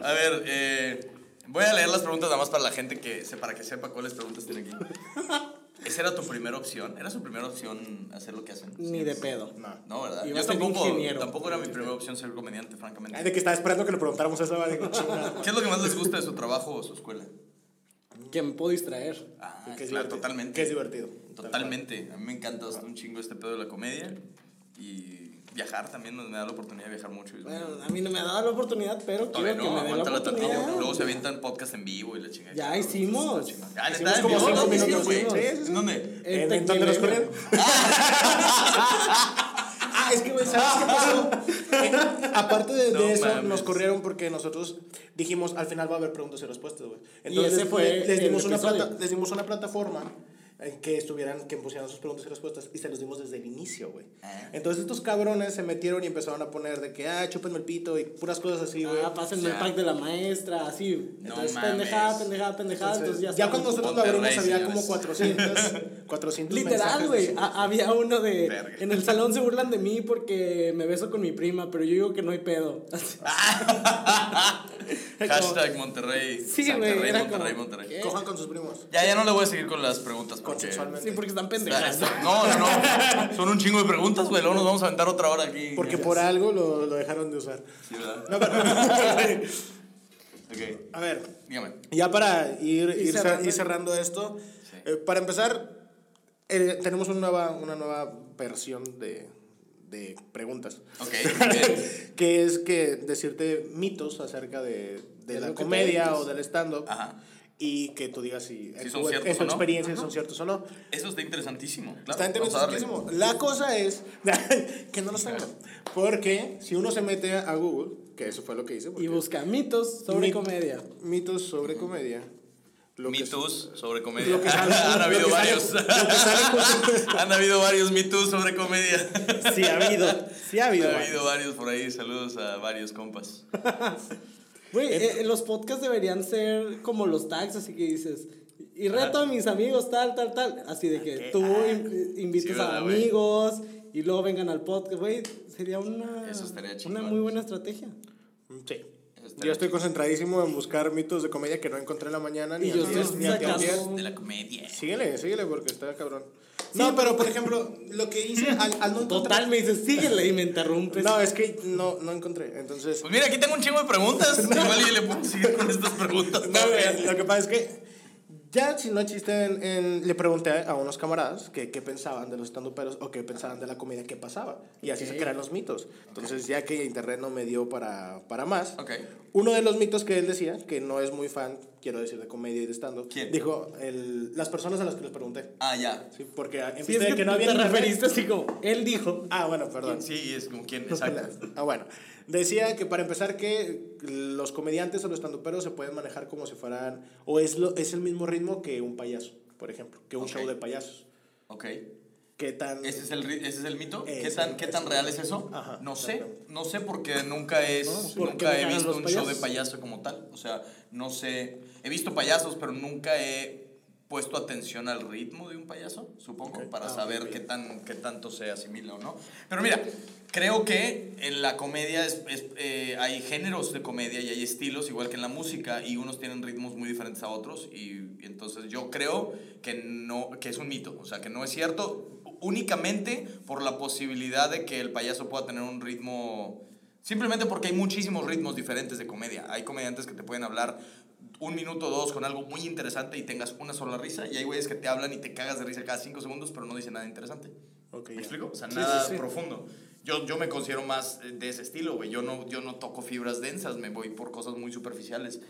a ver, eh, voy a leer las preguntas nada más para la gente que se- para que sepa cuáles preguntas tiene aquí. ¿Esa era tu primera opción? ¿Era su primera opción hacer lo que hacen?
Ni de pedo.
No.
No, ¿verdad?
Iba a
Yo
ser
tampoco,
ingeniero.
tampoco era mi primera opción ser comediante, francamente. [LAUGHS]
Ay, De que estaba esperando que le preguntáramos eso, va, digo, chingada.
¿Qué es lo que más les gusta de su trabajo o su escuela?
que me puedo distraer.
Ah,
Que es
claro,
divertido,
totalmente.
que es divertido.
Totalmente. A mí me encanta hasta un chingo este pedo de la comedia. Y viajar también me da la oportunidad de viajar mucho. y es muy-
Bueno, a mí no me ha dado la oportunidad, pero
Todavía
quiero que
no,
me dé la
aguántalo
oportunidad.
tantito. Luego se avientan podcast en vivo y la chingada.
Ya hicimos.
Ya,
Hicimos
neta, en
como
vivo.
cinco
¿Dónde hicieron,
minutos,
güey?
sí, sí, sí. Eh.
¿En dónde?
En
¿En- en dónde nos
Tequila.
corrieron? Ah, es que, güey, ¿sabes qué
[LAUGHS]
pasó? Eh, Aparte de, de
No
eso,
mames.
nos corrieron porque nosotros dijimos, al final va a haber preguntas y respuestas, güey.
ese fue
le- les,
el
dimos una
episodio.
plata- les dimos una plataforma en que estuvieran, que pusieran sus preguntas y respuestas y se los dimos desde el inicio, güey.
Ah.
Entonces estos cabrones se metieron y empezaron a poner de que, ah, chúpenme el pito y puras cosas así, güey.
Ah, pásenme el
Ya.
pack de la maestra, así.
No
Entonces,
mames.
pendejada, pendejada, pendejada.
Entonces,
Entonces, ya,
ya,
está.
cuando nosotros la
Monterrey,
abrimos había como
señores.
400,
[LAUGHS]
400
Literal,
mensajes
güey. Ah,
de-
a- Había uno de.
Verga.
En el salón se burlan de mí porque me beso con mi prima, pero yo digo que no hay pedo. [LAUGHS]
Ah.
[LAUGHS]
Hashtag Monterrey.
Sí, güey,
Monterrey,
era
Monterrey,
como,
Monterrey.
¿qué?
Cojan con sus primos.
Ya, ya no le voy a seguir con las preguntas. porque-
Consensualmente.
Sí, porque están
Ya,
pendejadas.
esto- No, no, no. Son un chingo de preguntas, güey. Luego nos vamos a aventar otra hora aquí.
Porque
Ya.
por algo lo, lo dejaron de usar.
Sí, ¿verdad?
[LAUGHS]
[LAUGHS]
No, pero-
Ok,
a ver,
dígame.
ya para ir, ir, cer-
cerrando.
ir cerrando esto, eh, para empezar, eh, tenemos una nueva, una nueva versión de, de preguntas. [LAUGHS]
Ok, bien.
que es que decirte mitos acerca de, de
lo
la
que te
comedia
dedicas.
o del stand-up
Ajá.
y que tú digas si,
Si
en
son
tu- en
ciertos
tu
o no.
experiencia son ciertos o no.
Eso está interesantísimo. claro.
Está
Vamos a darle.
interesantísimo. La cosa es [LAUGHS] que no lo saben. Porque si uno se mete a Google, que eso fue lo que hice.
Y
porque-
busca mitos sobre
Mit-
comedia.
Mitos sobre comedia. Lo que-
Mitos sobre comedia. [LAUGHS]
Lo que sale-
Han
lo
habido
que sale-
varios.
lo que
[LAUGHS]
sale-
Han habido varios mitos sobre comedia.
Sí ha habido. [LAUGHS] Sí ha
[LAUGHS]
habido.
Ha habido varios por ahí. Saludos a varios compas.
Güey, eh, los podcasts deberían ser como los tags, así que dices. Y reto a mis amigos, tal, tal, tal. Así de que tú in- invites
Ah, Sí,
a
¿verdad, güey?
amigos y luego vengan al podcast. Güey, sería una,
Eso estaría
una
chingón.
muy buena estrategia.
Sí.
Está
Yo estoy concentradísimo en buscar mitos de comedia que no encontré en la mañana ni
Y yo
antier,
estoy
ni anteayer.
sacando-
De la comedia.
Síguele, síguele porque está cabrón. No, pero por ejemplo, lo que hice al, al no encontrar-
Total, me dices, síguele y me interrumpes.
No, es que no, no encontré. Entonces.
Pues mira, aquí tengo un chingo
[LAUGHS]
de preguntas. Igual y le puedo seguir con estas preguntas.
No, güey, lo que pasa es que ya si no existe en, en- le pregunté a unos camaradas que qué pensaban de los estanduperos o qué pensaban de la comida que pasaba y así se crean los mitos. Entonces, ya que internet no me dio para, para más.
Ok.
Uno de los mitos que él decía, que no es muy fan, quiero decir, de comedia y de stand up,
¿Quién?
dijo el- las personas a las que les pregunté.
Ah, ya.
Sí, porque en
Sí, es
vista de
que,
que no había
te
internet-
referiste así como, él dijo.
Ah, bueno, perdón.
Sí, es como quién, exacto.
Ah, bueno. Decía que para empezar que los comediantes o los estanduperos se pueden manejar como si fueran, o es, lo, es el mismo ritmo que un payaso, por ejemplo, que un
Ok.
show de payasos.
Ok.
¿Qué tan...
¿Ese es el, ri- ese es el mito? ¿Qué
Ese,
tan, ¿qué tan
ese.
real es eso?
Ajá,
no sé,
exactamente.
no sé porque nunca, es,
¿por qué
nunca he
ganan
visto
los
un show de
payasos?
payaso como tal. O sea, no sé, he visto payasos, pero nunca he puesto atención al ritmo de un payaso, supongo, para
Ah,
saber qué, tan, qué tanto se asimila o no. Pero mira, creo que en la comedia es- es, eh, hay géneros de comedia y hay estilos, igual que en la música, y unos tienen ritmos muy diferentes a otros, y entonces yo creo que, no, que es un mito, o sea, que no es cierto únicamente por la posibilidad de que el payaso pueda tener un ritmo... Simplemente porque hay muchísimos ritmos diferentes de comedia. Hay comediantes que te pueden hablar un minuto o dos con algo muy interesante y tengas una sola risa. Y hay güeyes que te hablan y te cagas de risa cada cinco segundos, pero no dicen nada interesante.
Ok,
¿Me
ya.
explico? O sea,
Sí,
nada
sí, sí.
profundo. Yo, yo me considero más eh, de ese estilo, güey. Yo no, yo no toco fibras densas, me voy por cosas muy superficiales.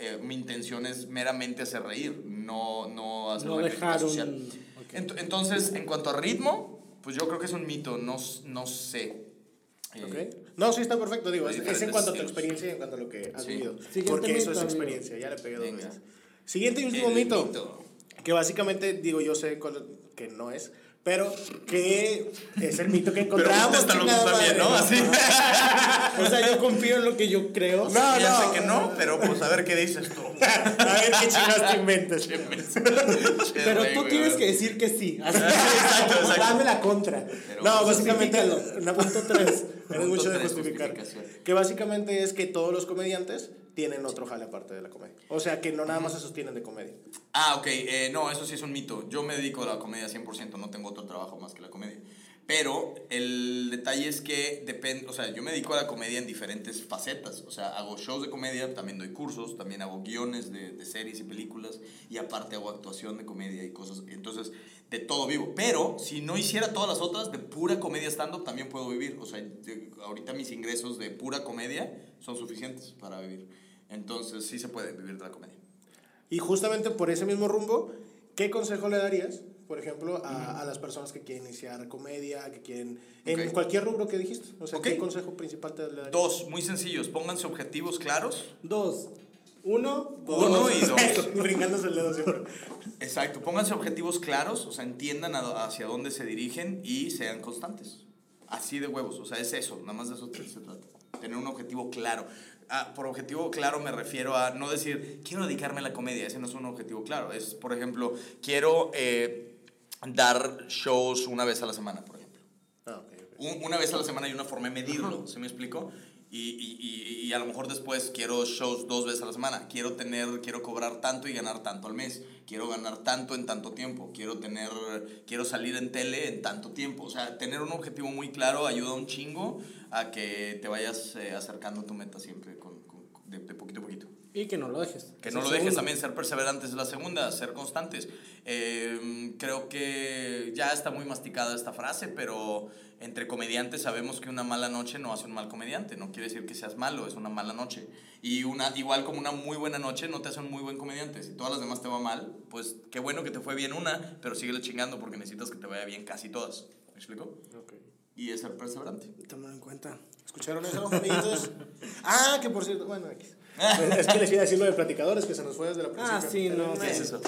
Eh, mi intención es meramente hacer reír, no, no hacer
No
una crítica
dejar un-
social.
ok.
Ent- entonces, en cuanto a ritmo, pues yo creo que es un mito, no, s- no sé. Eh,
Ok. No, sí está perfecto, digo,
Hay
es, es en
diferentes
cuanto a tu
estilos.
experiencia y en cuanto a lo que has
Sí.
vivido.
Siguiente
Porque eso
mito,
es
amigo.
experiencia, ya le pegué dos
Venga.
veces. Siguiente y último
El
mito,
mito.
que básicamente, digo, yo sé cuál- que no es, pero que es el mito que
Pero
encontramos.
está loco
chingada madre.
también, ¿no? Así.
O sea, yo confío en lo que yo creo.
No,
[LAUGHS] ya
no.
sé que no, pero pues a ver qué dices tú.
[LAUGHS] A ver qué chingados
[LAUGHS]
te inventas.
pero tú tienes que decir que sí. Así
Exacto,
Dame
exacto.
la contra.
Pero
no, básicamente.
justifícalo.
[LAUGHS] Una punto tres. Eres
Punto
mucho de
tres,
justificar.
justificación.
Que básicamente es que todos los comediantes tienen otro jale aparte de la comedia. O sea, que no nada más se sostienen de comedia.
Ah, ok. eh, no, eso sí es un mito. Yo me dedico a la comedia 100%, no tengo otro trabajo más que la comedia. Pero el detalle es que depende, o sea, yo me dedico a la comedia en diferentes facetas. O sea, hago shows de comedia, también doy cursos, también hago guiones de, de series y películas y aparte hago actuación de comedia y cosas. Entonces, de todo vivo. Pero si no hiciera todas las otras, de pura comedia stand-up también puedo vivir. O sea, de- ahorita mis ingresos de pura comedia son suficientes para vivir. Entonces, sí se puede vivir de la comedia.
Y justamente por ese mismo rumbo, ¿qué consejo le darías, por ejemplo, a, a las personas que quieren iniciar comedia, que quieren... En
Ok.
cualquier rubro que dijiste. O sea,
Ok.
¿qué consejo principal te le darías?
Dos, muy sencillos. Pónganse objetivos claros.
Dos. Uno.
Uno y
[LAUGHS]
dos.
Ringándose el dedo siempre.
Exacto. Pónganse objetivos claros, o sea, entiendan a- hacia dónde se dirigen y sean constantes. Así de huevos. O sea, es eso. Nada más de eso se trata. Tener un objetivo claro. Ah, por objetivo claro me refiero a no decir, quiero dedicarme a la comedia. Ese no es un objetivo claro. Es, por ejemplo, quiero eh, dar shows una vez a la semana, por ejemplo.
Ah, ok, ok.
Un- una vez a la semana hay una forma de medirlo, ¿se me explicó? Y, y- y- y a lo mejor después quiero shows dos veces a la semana. Quiero tener, quiero cobrar tanto y ganar tanto al mes. Quiero ganar tanto en tanto tiempo. Quiero tener, quiero salir en tele en tanto tiempo. O sea, tener un objetivo muy claro ayuda un chingo a que te vayas eh, acercando a tu meta siempre con- con- con- de- de poquito a poquito.
Y que no lo dejes.
Que
Es
no
el
lo dejes
segundo.
también, ser perseverantes es la segunda, ser constantes. Eh, creo que ya está muy masticada esta frase, pero entre comediantes sabemos que una mala noche no hace un mal comediante, no quiere decir que seas malo, es una mala noche. Y una, igual como una muy buena noche no te hace un muy buen comediante, si todas las demás te va mal, pues qué bueno que te fue bien una, pero síguele chingando porque necesitas que te vaya bien casi todas. ¿Me explico? Y es ser perseverante.
Tómalo en cuenta.
¿Escucharon eso, amiguitos? [LAUGHS] ah, que por cierto, bueno, aquí. [LAUGHS] es que les iba a decir lo de platicadores que se nos fue desde la
Ah, sí, no.
¿Qué es eso?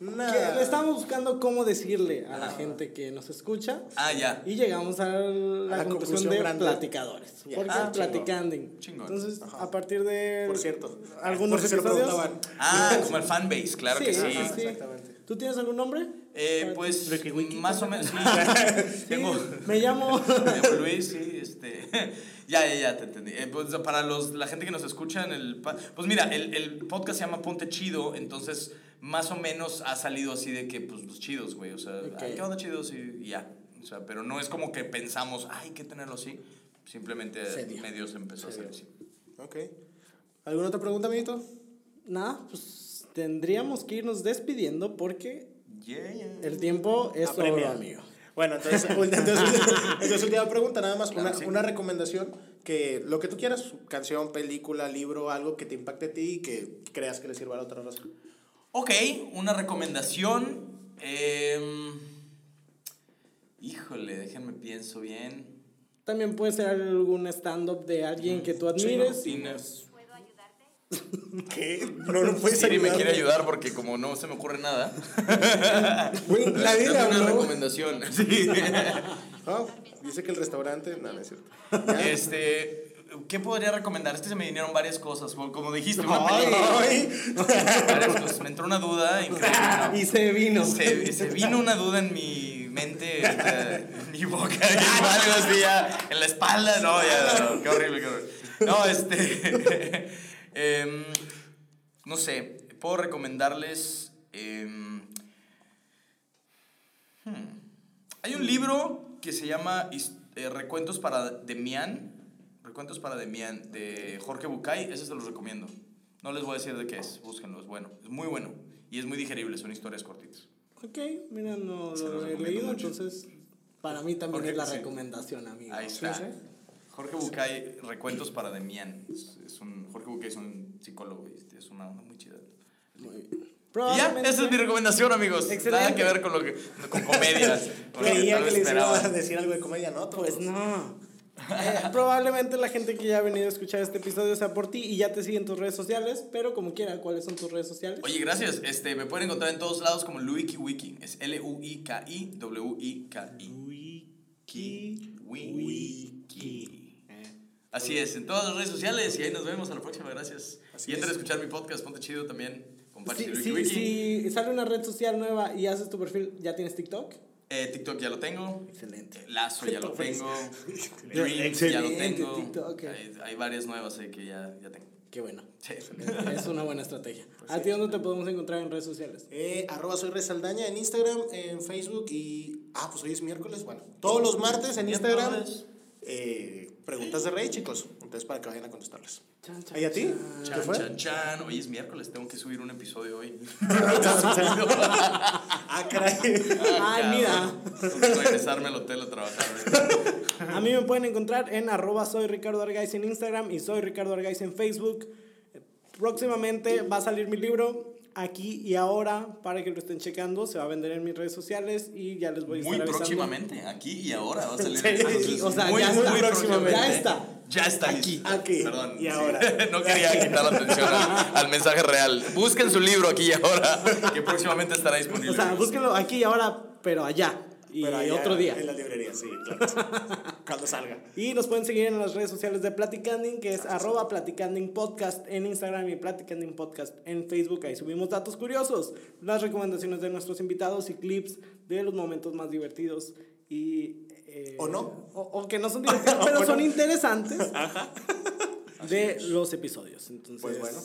Nada.
Que le estamos buscando cómo decirle a la gente que nos escucha.
Ah, ya.
Y llegamos a la,
A la
conclusión,
conclusión
de
grande.
platicadores.
Ya.
Porque
Ah,
es
chingón.
platicando.
Chingón.
Entonces, a partir de.
Por cierto.
Algunos
Por si se lo
episodios.
preguntaban.
Ah, como el fanbase, claro que sí.
ajá,
exactamente.
¿Tú tienes algún nombre?
Eh,
Para
pues
ti.
más o menos. sí.
[LAUGHS] Sí,
Tengo, [LAUGHS]
me llamo.
me llamo Luis, sí, este. [LAUGHS] Ya, ya, ya, te entendí. Eh, pues, para los, la gente que nos escucha en el. pa- Pues mira, el, el podcast se llama Ponte Chido, entonces más o menos ha salido así de que, pues, los chidos, güey. O sea, ay, ¿qué onda chidos? Y, y ya. O sea, pero no es como que pensamos, ay, hay que tenerlo así. Simplemente medios empezó a hacer así.
Ok. ¿Alguna otra pregunta, amiguito?
Nada, pues tendríamos que irnos despidiendo porque
Yeah, yeah.
el tiempo
Ah,
es oro,
Apremia.
amigo.
Bueno, [LAUGHS] entonces, entonces, [LAUGHS] entonces, última pregunta, nada más,
Claro,
una,
sí.
una recomendación que lo que tú quieras, canción, película, libro, algo que te impacte a ti y que creas que le sirva a la otra raza.
Ok, una recomendación. em, híjole, déjenme pienso bien.
También puede ser algún stand-up de alguien que tú admires.
Sí,
y
no,
pues,
¿Puedo ayudarte?
¿Qué? No lo puedes
Siri me
ayudar.
quiere ayudar porque como no se me ocurre nada.
Güey, [LAUGHS] la
Dame
vida,
una
¿no? [LAUGHS]
recomendación. Sí.
Ah, dice que el restaurante, no, no es cierto.
Este, ¿qué podría recomendar? Es que se me vinieron varias cosas, como como dijiste, una
Ay,
película.
ay. [LAUGHS]
varias cosas. Me entró una duda increíble.
Ah, Y se vino.
Se, se vino una duda en mi mente, ahorita, en mi boca, y algo así ya, en la espalda, no, ya, no, qué horrible, qué horrible. No, este, [LAUGHS] em, no sé, puedo recomendarles, em, hmm, hay un libro que se llama His- eh, Recuentos para Demián, Recuentos para Demián, de Jorge Bucay, ese se los recomiendo. No les voy a decir de qué es, búsquenlo, es bueno, es muy bueno y es muy digerible, son historias cortitas.
Ok, mira, no
Se lo
lo he
recomiendo
leído,
mucho.
entonces para mí también
Ok,
es la
sí.
recomendación, amigo.
Ahí
Sí,
está.
sí.
Jorge Bucay, Recuentos para Demián. Es, es un, Jorge Bucay es un psicólogo y este, es una onda muy chida. Y ya,
Probablemente-
esa es mi recomendación, amigos. Nada
Excelente.
que ver con lo que con
[LAUGHS]
comedia. con lo
Creía
tal
que
vez
le iba a
esperaban.
decir algo de comedia, ¿no?
Pues no. Eh, [LAUGHS] probablemente la gente que ya ha venido a escuchar este episodio sea por ti y ya te sigue en tus redes sociales, pero como quiera, ¿cuáles son tus redes sociales?
Oye, gracias. Este, me pueden encontrar en todos lados como Luiki Wiki. Es L U I K I W I K I. Wiki. Wiki. Así es, en todas las redes sociales y ahí nos vemos a la próxima, gracias.
Así
y entren a
es.
escuchar mi podcast, ponte chido también. Comparte
si,
Luiki
si-
Wiki.
si sale una red social nueva y haces tu perfil, ¿ya tienes TikTok?
Eh, TikTok ya lo tengo.
Excelente.
Lazo
[LAUGHS]
ya lo tengo. Dreams
Pues, Excelente,
ya lo tengo.
TikTok, eh.
Hay, hay varias nuevas ahí que ya, ya tengo.
Qué bueno.
Sí.
Es una buena estrategia.
Pues
¿A ti dónde te podemos encontrar en redes sociales?
Eh, arroba soy Resaldaña en Instagram, en Facebook y
Ah, pues hoy es miércoles. Bueno, todos los martes en Instagram.
Miércoles.
eh, preguntas de rey, chicos. Entonces, para que vayan a contestarlas.
Chan, chan,
¿Y a ti? ¿Qué
Chan,
fue?
chan, chan. Hoy es miércoles, tengo que subir un
[LAUGHS]
episodio hoy. [LAUGHS]
Ah, caray.
Ay,
Ya,
mira.
Tengo que regresarme al hotel a trabajar.
A mí me pueden encontrar en arroba soy Ricardo Argaiz en Instagram y soy Ricardo Argaiz en Facebook. Próximamente va a salir mi libro aquí y ahora para que lo estén checando. Se va a vender en mis redes sociales y ya les voy a
Muy
estar avisando.
próximamente, aquí y ahora va a salir.
Sí,
Entonces,
o sea, ya está.
próximamente.
Ya está.
Ya está aquí.
Aquí.
Perdón.
Y
sí.
ahora.
[LAUGHS] no quería quitar la atención al, al mensaje real. Busquen su libro aquí y ahora, [LAUGHS] que próximamente estará disponible.
O sea, búsquenlo aquí y ahora, pero allá. [LAUGHS] Y
Pero allá
otro día.
En la librería, sí,
[LAUGHS]
claro. Cuando salga.
Y nos pueden seguir en las redes sociales de Platicanding, que es arroba Platicanding Podcast en Instagram y Platicanding Podcast en Facebook. Ahí subimos datos curiosos, las recomendaciones de nuestros invitados y clips de los momentos más divertidos y... eh,
¿O no?
O, o que no
[LAUGHS]
son divertidos, pero
O no. [LAUGHS]
son interesantes [LAUGHS] de los episodios. Entonces,
Pues bueno.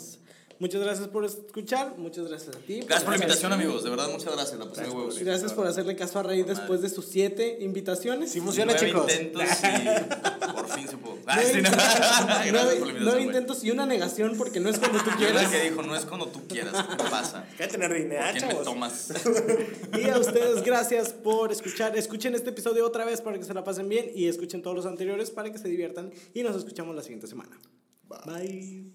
muchas gracias por escuchar, muchas gracias a ti.
Gracias por la invitación, amigos. De verdad, muchas gracias. La pasé de huevos.
Gracias por hacerle caso a Rey después de sus siete invitaciones.
Sí funciona,
Nueve
chicos.
intentos y por fin se pudo. Ah, sí,
Nueve
[LAUGHS] no. Gracias por la
nueve-
invitación,
nueve
güey.
intentos y una negación porque no es cuando
[LAUGHS]
tú
Y es la
quieras.
que dijo, no es cuando tú quieras, ¿qué te pasa?
¿Qué tener
Ah,
dinero,
¿Quién me
chavos?
tomas?
Y a ustedes, gracias por escuchar. Escuchen este episodio otra vez para que se la pasen bien y escuchen todos los anteriores para que se diviertan. Y nos escuchamos la siguiente semana. Bye.